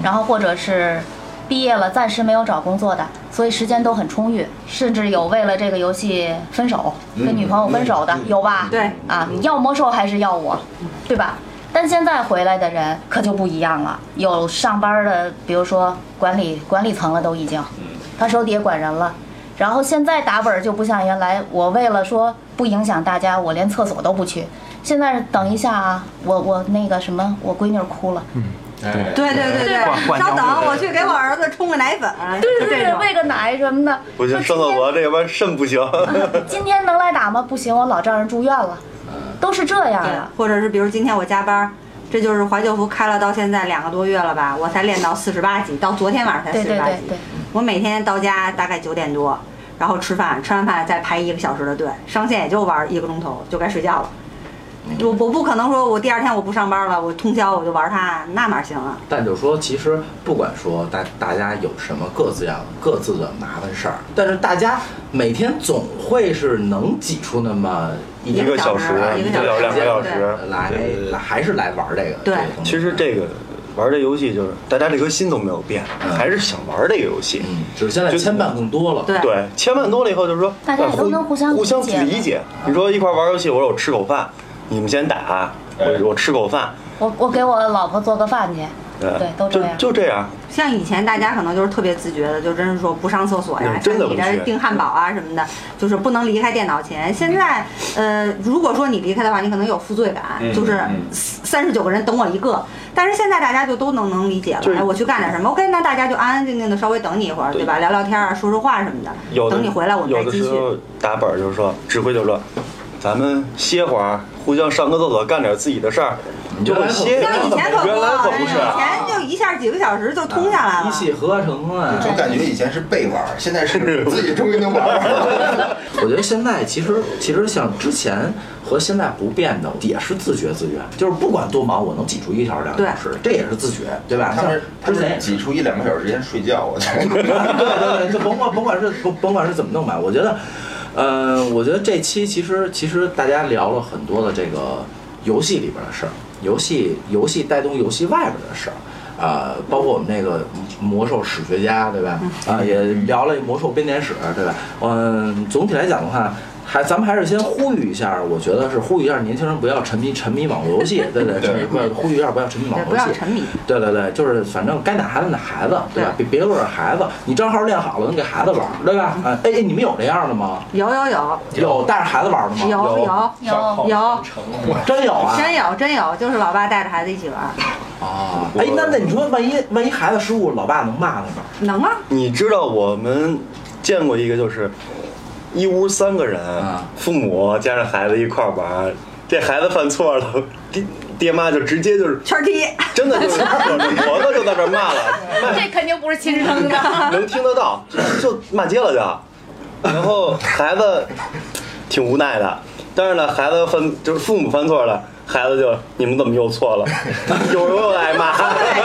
E: 然后或者是毕业了暂时没有找工作的，所以时间都很充裕，甚至有为了这个游戏分手，跟女朋友分手的，有吧？
C: 对
E: 啊，你要魔兽还是要我，对吧？但现在回来的人可就不一样了，有上班的，比如说管理管理层了都已经，他手底下管人了。然后现在打本儿就不像原来，我为了说不影响大家，我连厕所都不去。现在是等一下啊，我我那个什么，我闺女哭了，
C: 嗯
D: 哎，
C: 对对对
G: 换
C: 对，
G: 换
C: 稍
G: 尿
C: 等，
G: 布
C: 我去给我儿子冲个奶粉。
E: 对
C: 就
E: 对
C: 这
E: 对，
C: 种
E: 喂个奶什么的。
B: 不行，
E: 说
B: 上厕所这边肾不行。
E: 今天能来打吗？不行，我老丈人住院了，都是这样啊
C: 对
E: 的。，
C: 呃或者是比如今天我加班儿，这就是怀旧服开了到现在两个多月了吧，我才练到四十八级，到昨天晚上才
E: 对
C: 四
E: 对
C: 十八级
E: 对。对，
C: 我每天到家大概九点多，然后吃饭，吃完饭再排一个小时的队，上线也就玩一个钟头，就该睡觉了。我我不可能说我第二天我不上班了，我通宵我就玩它，那哪行啊？
A: 但就是说，其实不管说大大家有什么各自样各自的麻烦事儿，但是大家每天总会是能挤出那么一
B: 一
A: 两
B: 个小时
A: 一个
B: 一
A: 小
B: 个
A: 时
B: 两个小时
A: 来
B: 对对对
A: 来还是来玩这个。这
C: 对
A: 个东西
B: 其实这个玩这游戏就是大家这颗心都没有变，
A: 嗯
B: 还是想玩这个游戏。
A: 嗯，只是现在牵绊更多了。
C: 对
B: 对，牵绊多了以后就是说，呃
E: 大家也都
B: 互
E: 能互相
B: 互相
E: 理解了
B: 理解。你说一块玩游戏，我说我吃口饭，你们先打，我我吃口饭，呃
E: 我我给我老婆做个饭去，对，都这
B: 就
E: 样。
B: 就这样。
C: 像以前大家可能就是特别自觉的，就真是说不上厕所呀，
B: 嗯真的
C: 像你
B: 不去
C: 这订汉堡啊什么的，就是不能离开电脑前。现在，呃，如果说你离开的话，你可能有负罪感，
D: 嗯
C: 就是
D: 嗯
C: 三十九个人等我一个。但是现在大家就都能能理解
B: 就
C: 了，
B: 是
C: 哎，我去干点什么，OK，那大家就安安静静的稍微等你一会儿，对吧？聊聊天啊，说说话什么的。
B: 有的
C: 等你回来，我们
B: 有
C: 再
B: 的
C: 继
B: 时
C: 续。
B: 候打本儿就是说，指挥就说，咱们歇会儿，互相上个厕所，干点自己的事儿，
A: 你
B: 就
A: 就
B: 会歇一
C: 像
B: 会儿。
C: 以前可不，哎
B: 原来可不是啊。
C: 以前就一下几个小时就通下来
A: 一
C: 了。
A: 气呵成
E: 嗯
A: 啊！
D: 就感觉以前是被玩儿，现在是自己终于能玩儿了。
A: 我觉得现在其实其实像之前和现在不变的也是自觉自愿，就是不管多忙，我能挤出一小时两个小时，这也是自觉，对吧？
D: 他们他
A: 像之前
D: 们
A: 也是
D: 挤出一两个小时时间睡觉，我觉 得。
A: 对对对，就甭管甭管是甭甭管是怎么弄吧，我觉得，呃，我觉得这期其实其实大家聊了很多的这个游戏里边的事儿，游戏游戏带动游戏外边的事儿。啊、包括我们那个魔兽史学家，对吧？啊、也聊了魔兽编年史，对吧？嗯，总体来讲的话，还咱们还是先呼吁一下，我觉得是呼吁一下年轻人不要沉迷沉迷网络游戏，对对，沉迷不要呼吁一下不要沉迷网络游
C: 对，
A: 戏，
C: 不要沉迷。
A: 对对对，就是反正该打孩子打孩子，对吧？别别落着孩子，你账号练好了，能给孩子玩儿，对吧？
C: 嗯
A: 哎哎，你们有这样的吗？
C: 有有有
A: 有带着孩子玩的吗？
C: 有有
E: 有
C: 有，
A: 真有啊！
C: 真有真有，就是老爸带着孩子一起玩儿，
A: 啊！哎，那那你说，万一万一孩子失误，老爸能骂他吗？
C: 能啊。
B: 你知道我们见过一个就是一屋三个人，
A: 啊
B: 父母加上孩子一块儿玩，这孩子犯错了，爹爹妈就直接就是
C: 圈踢，
B: 真的就是扯着脖子就在那儿骂了，
H: 这肯定不是亲生
A: 嗯
H: 的。
B: 骂能听得到，就就骂街了就。然后孩子挺无奈的，但是呢，孩子犯就是父母犯错了，孩子就你们怎么又错了，又又挨骂。
C: 对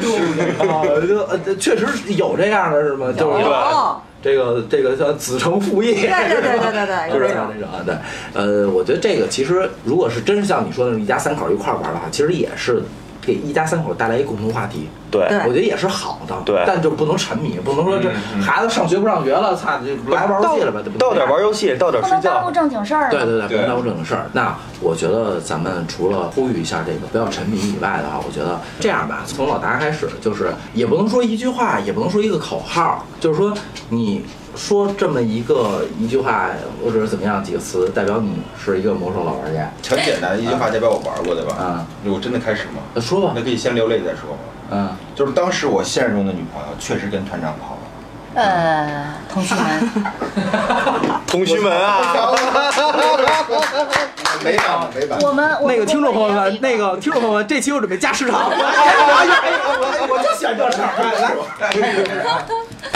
C: 对对，
A: 啊，就呃这确实有这样的是吗？就是
B: 有
C: 哦，
A: 这个这个叫子承父业，
C: 对对对对对对，
A: 就是
C: 有
A: 这
C: 这种
A: 种。这种啊，对，呃，我觉得这个其实如果是真是像你说的那种一家三口一块儿玩的话，其实也是给一家三口带来一共同话题，
B: 对
C: 对
A: 我觉得也是好的，
B: 对
A: 但就不能沉迷，不能说这
D: 嗯嗯
A: 孩子上学不上学了，操，就来玩游戏了吧，对不对
B: 到点玩游戏，到点
E: 不
B: 睡
E: 能耽
B: 觉
E: 误。正经事儿
A: 对
E: 了。
A: 对对，不
D: 对
A: 能耽误这种事儿。那我觉得咱们除了呼吁一下这个不要沉迷以外的话，我觉得这样吧，从老达开始，就是也不能说一句话，也不能说一个口号，就是说你说这么一个一句话或者是怎么样几个词，代表你是一个魔兽老玩家
D: 很简单，一句话代表我玩过，对吧？
A: 啊。
D: 我真的开始吗？
A: 那说吧
D: 那，可以先流泪再说吗？
A: 嗯，
D: 就是当时我现实中的女朋友确实跟团长跑了。
E: 呃，同学们，
B: 同学们啊，
D: 没版没版。
E: 我们我
A: 那个听众朋友们，那
E: 个
A: 个听众朋友们，这期我准备加时长，哎哎哎哎我就喜欢这事儿，哎来，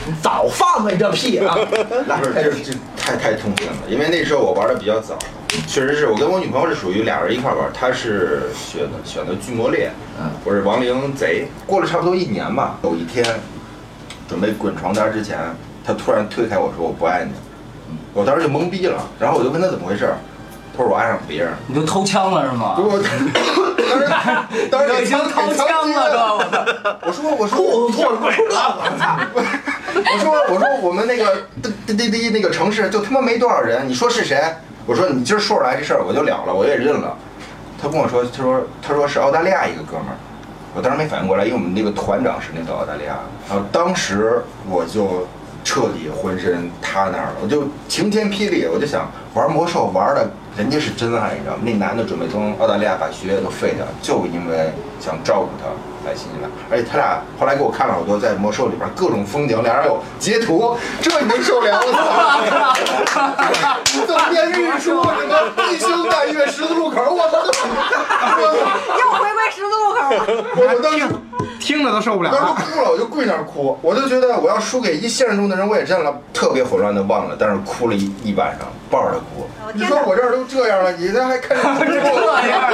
A: 你早放了你这屁啊！
D: 不是，这这太太痛心了，因为那时候我玩的比较早，确实是我跟我女朋友是属于俩人一块儿玩，她是选的选的巨魔猎，
A: 嗯
D: 我是亡灵贼。过了差不多一年吧，有一天准备滚床单之前，她突然推开我说我不爱你，
I: 嗯
D: 我当时就懵逼了，然后我就问她怎么回事儿，她说我爱上别人。
I: 你就偷枪了是吗？
D: 我 当时当时
I: 都
D: 给
I: 已经
D: 给
I: 掏枪
D: 惊
I: 了，都，我操！
D: 我说我说裤子脱了，我说我说我们那个滴滴滴那个城市就他妈没多少人，你说是谁？我说你今儿说出来这事儿我就了了，我也认了。他跟我说，他说他说是澳大利亚一个哥们儿，我当时没反应过来，因为我们那个团长是那个澳大利亚，然后当时我就彻底浑身塌那儿了，我就晴天霹雳，我就想玩魔兽玩的人家是真爱，你知道吗？那男的准备从澳大利亚把学业都废掉，就因为想照顾她来新西兰，而且他俩后来给我看了好多在魔兽里边各种风景，俩人有截图，这你没受了，我操！赠天运输，你们弟兄但愿十字路口，我操！ 我
C: 又回归十字路口了。
D: 我我当时
G: 听着都受不了啊
D: 当时
G: 了。
D: 哭了，我就跪那儿哭，我就觉得我要输给一现实中的人，我也认了，特别混乱的忘了，但是哭了一一晚上，抱着他
C: 我
D: 哭。你
C: 天
D: 说
C: 哪
D: 我这儿都这样了，你这还 看着
I: 这样，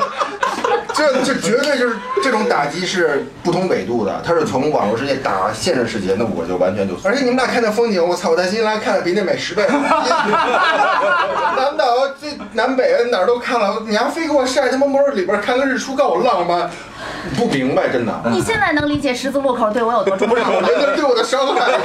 D: 这这绝对就是这种打击是不同纬度的，它是从网络世界打现实世界，那我就完全就。而且你们俩看的风景，我操，我在新西兰看的比那美十倍。 南岛这南北哪儿都看了，你还非给我晒他妈猫里边看个日出，告我浪漫，不明白真的。
E: 你现在能理解十字路口对我有多重
D: 不是，
E: 要
D: 我
E: 吗？
D: 觉得对我的伤害。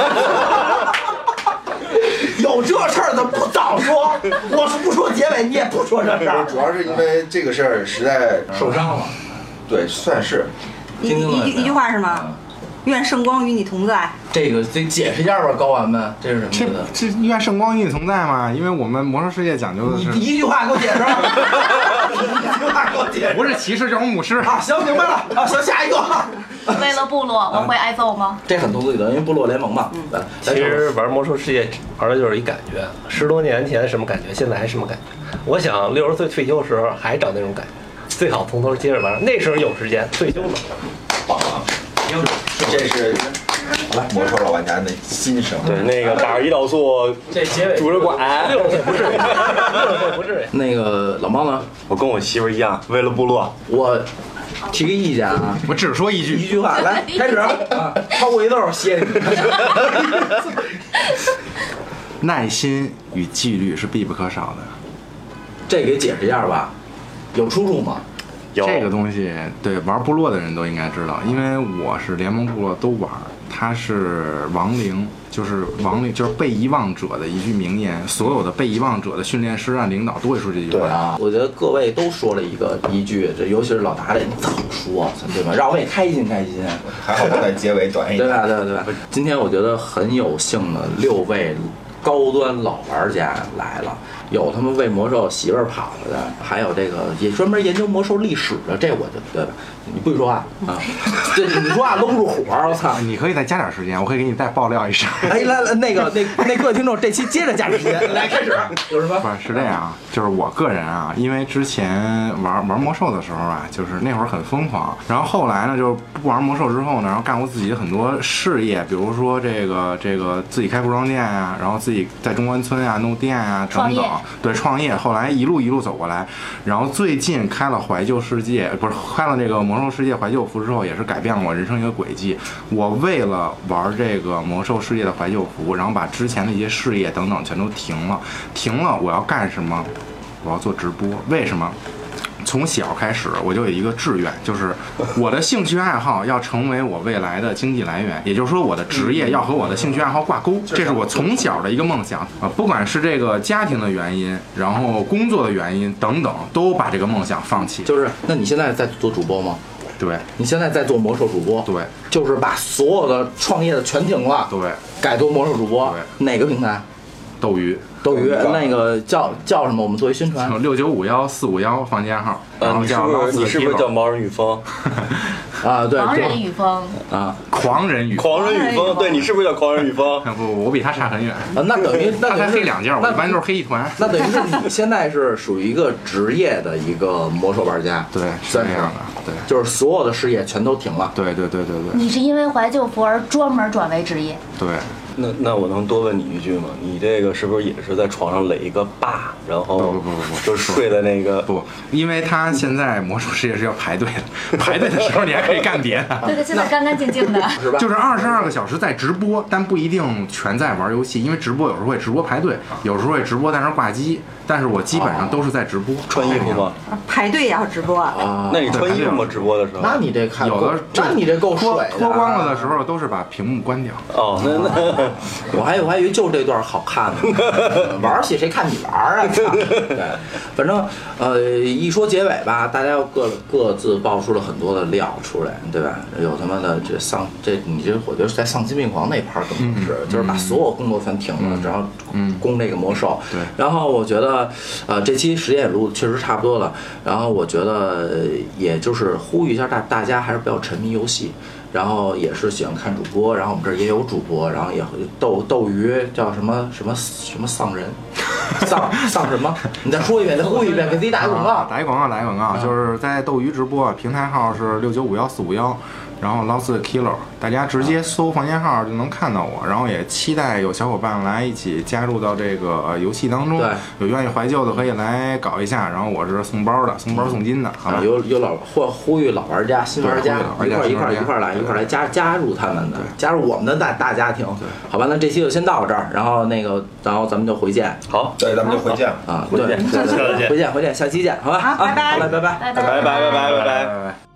A: 有这事儿怎么不早说？我是不说结尾，你也不说这事儿。
D: 主要是因为这个事儿实在
A: 受伤了，
D: 对，算是
C: 一
A: 听听
C: 一
A: 了
C: 一一句话是吗？愿圣光与你同在。
I: 这个得解释一下吧，高玩们，这是什
G: 这
I: 么意思？
G: 这愿圣光与你同在嘛？因为我们魔兽世界讲究的
A: 你
G: 是
A: 一句话给我解释，一句话给我解释。
G: 不是骑士就是牧师。
A: 啊，行，明白了。啊，行，下一个。
E: 为了部落，我会挨揍吗？
A: 这很通俗易懂，因为部落联盟嘛。来
F: 其实玩魔兽世界玩的就是一感觉，十多年前什么感觉，现在还什么感觉。我想六十岁退休时候还找那种感觉，最好从头接着玩。那时候有时间，退休了。
D: 这是魔兽老玩家的心声。
B: 对，那个打着胰岛素，
I: 这结尾
B: 拄着拐。
F: 六十岁不至于，六十岁不至于。
A: 那个老猫呢？
B: 我跟我媳妇儿一样，为了部落，
A: 我提个意见啊，
G: 我只说一
A: 一
G: 句，
A: 句话，来开始啊，超过一豆歇你。
G: 耐心与纪律是必不可少的。
A: 这给解释一下吧，有出处吗？
B: 有
G: 这个东西，对玩部落的人都应该知道，因为我是联盟部落都玩，它是亡灵，就是亡灵，就是被遗忘者的一句名言。所有的被遗忘者的训练师啊、领导都会说这句
B: 对
G: 话。
A: 啊，我觉得各位都说了一个一句，这尤其是老达这，你早说，对吧？让我们也开心开心。
D: 还好我在结尾短一
A: 对
D: 点。
A: 吧？对吧？对吧？今天我觉得很有幸的六位高端老玩家来了，有他们为魔兽媳妇儿跑了的，还有这个也专门研究魔兽历史的，这我就对吧？你不许说话啊！这你说话搂不住火，我操！
G: 你可以再加点时间，我可以给你再爆料一 声。
A: 哎，来来，那个那那各位听众，这期接着加时间，来开始有什么
G: 不？是是这样啊，就是我个人啊，因为之前玩玩魔兽的时候啊，就是那会儿很疯狂，然后后来呢，就是不玩魔兽之后呢，然后干过自己的很多事业，比如说这个这个自己开服装店啊，然后自己在中关村啊弄店啊
E: 创
G: 等
E: 业
G: 等，对，创业，后来一路一路走过来，然后最近开了怀旧世界，不是开了这个魔兽世界怀旧服之后，也是改变了我人生一个轨迹。我为了玩这个魔兽世界的怀旧服，然后把之前的一些事业等等全都停了，停了，我要干什么？我要做直播，为什么？从小开始我就有一个志愿，就是我的兴趣爱好要成为我未来的经济来源，也就是说我的职业要和我的兴趣爱好挂钩，这是我从小的一个梦想啊。不管是这个家庭的原因，然后工作的原因等等，都把这个梦想放弃。
A: 就是，那你现在在做主播吗？
G: 对
A: 你现在在做魔兽主播？
G: 对，
A: 就是把所有的创业的全停了，
G: 对，
A: 改做魔兽主播。哪个平台？
G: 斗鱼
A: 斗鱼那个叫叫什么？我们做一宣传
G: 六九五幺四五幺房间号，然
B: 啊呃，
G: 后
B: 你是
G: 叫
B: 不
G: 拉
B: 是
G: 四
B: 你是不是
G: Kilo
B: 叫毛人与风？
A: 啊，对，
E: 王人
A: 就
E: 与风，
A: 啊，
G: 狂人 语？
B: 狂人与风，对你是不是叫狂人与风？
G: 不 不，我比他差很远，
A: 啊那等于那
G: 他
A: 等
G: 才
A: 于
G: 黑两件，我
A: 那
G: 一般都是黑一团。
A: 那等于是你现在是属于一个职业的一个魔兽玩家，
G: 对，是
A: 算
G: 这
A: 是
G: 样的，对。
A: 就是所有的事业全都停了。
G: 对对对对对
E: 你是因为怀旧服而专门转为职业，
G: 对，
B: 那那我能多问你一句吗？你这个是不是也是在床上垒一个坝，然后
A: 嗯
G: 不不不不不
B: 就睡在那个
G: 不，因为他现在魔术世界是要排队的，排队的时候你还可以干别的。
A: 嗯
E: 对对，现在干干净净的。
A: 是吧？
G: 就是二十二个小时在直播，但不一定全在玩游戏，因为直播有时候会直播排队，有时候会直播在那儿挂机，但是我基本上都是在直
A: 哦
G: 播。
B: 穿衣服吗？
C: 排队也要直播，
A: 啊，
B: 那你穿衣服吗？直播的时候？
A: 那你这看
G: 有
A: 够
G: 的，
A: 那你这够水
G: 脱
A: 的啊
G: 脱光了的时候都是把屏幕关掉。
B: 哦，那那
A: 我还以为我还以为就这段好看呢，玩儿去谁看你玩儿啊？操对，反正呃，一说结尾吧，大家又各各自爆出了很多的料出来，对吧？有他妈的这丧这你这，我觉得在丧心病狂那盘儿更合适，就是把所有工作全停了，然后攻这个魔兽。
G: 对
A: 然后我觉得呃，这期时间也录得确实差不多了，然后我觉得呃也就是呼吁一下大大家还是不要沉迷游戏。然后也是喜欢看主播，然后我们这儿也有主播，然后也会斗斗鱼叫什么什么什么丧 人，丧丧什么？你再说一遍，再呼吁一遍，给自己打个广
G: 啊
A: 告。嗯
G: 打一广告，打一广告，就是在斗鱼直播，啊平台号是六九五幺四五幺，然后 Lost Killer，大家直
A: 嗯
G: 接搜房间号就能看到我，然后也期待有小伙伴来一起加入到这个呃游戏当中
A: 对，
G: 有愿意怀旧的可以来搞一下，然后我是送包的，送包送金的，好吧
A: 啊，？有有老或呼吁老玩家、新玩家
G: 对
A: 一块儿
G: 呼吁
A: 一
G: 老
A: 块
G: 玩
A: 儿
G: 家
A: 一块儿来，
G: 对
A: 一块儿来加加入他们的，加入我们的大大家庭。好吧，那这期就先到这儿，然后那个，然后咱们就回见
B: 好，
D: 对，咱们就回见了。
A: 啊，
B: 回
A: 对，
B: 见
A: 对对对
F: 下次见
A: 回见回见，下期见，好吧？
C: 好
A: 啊
C: 拜拜
A: 好嘞，拜拜。
E: 拜
B: 拜拜拜拜拜拜。
G: 拜拜。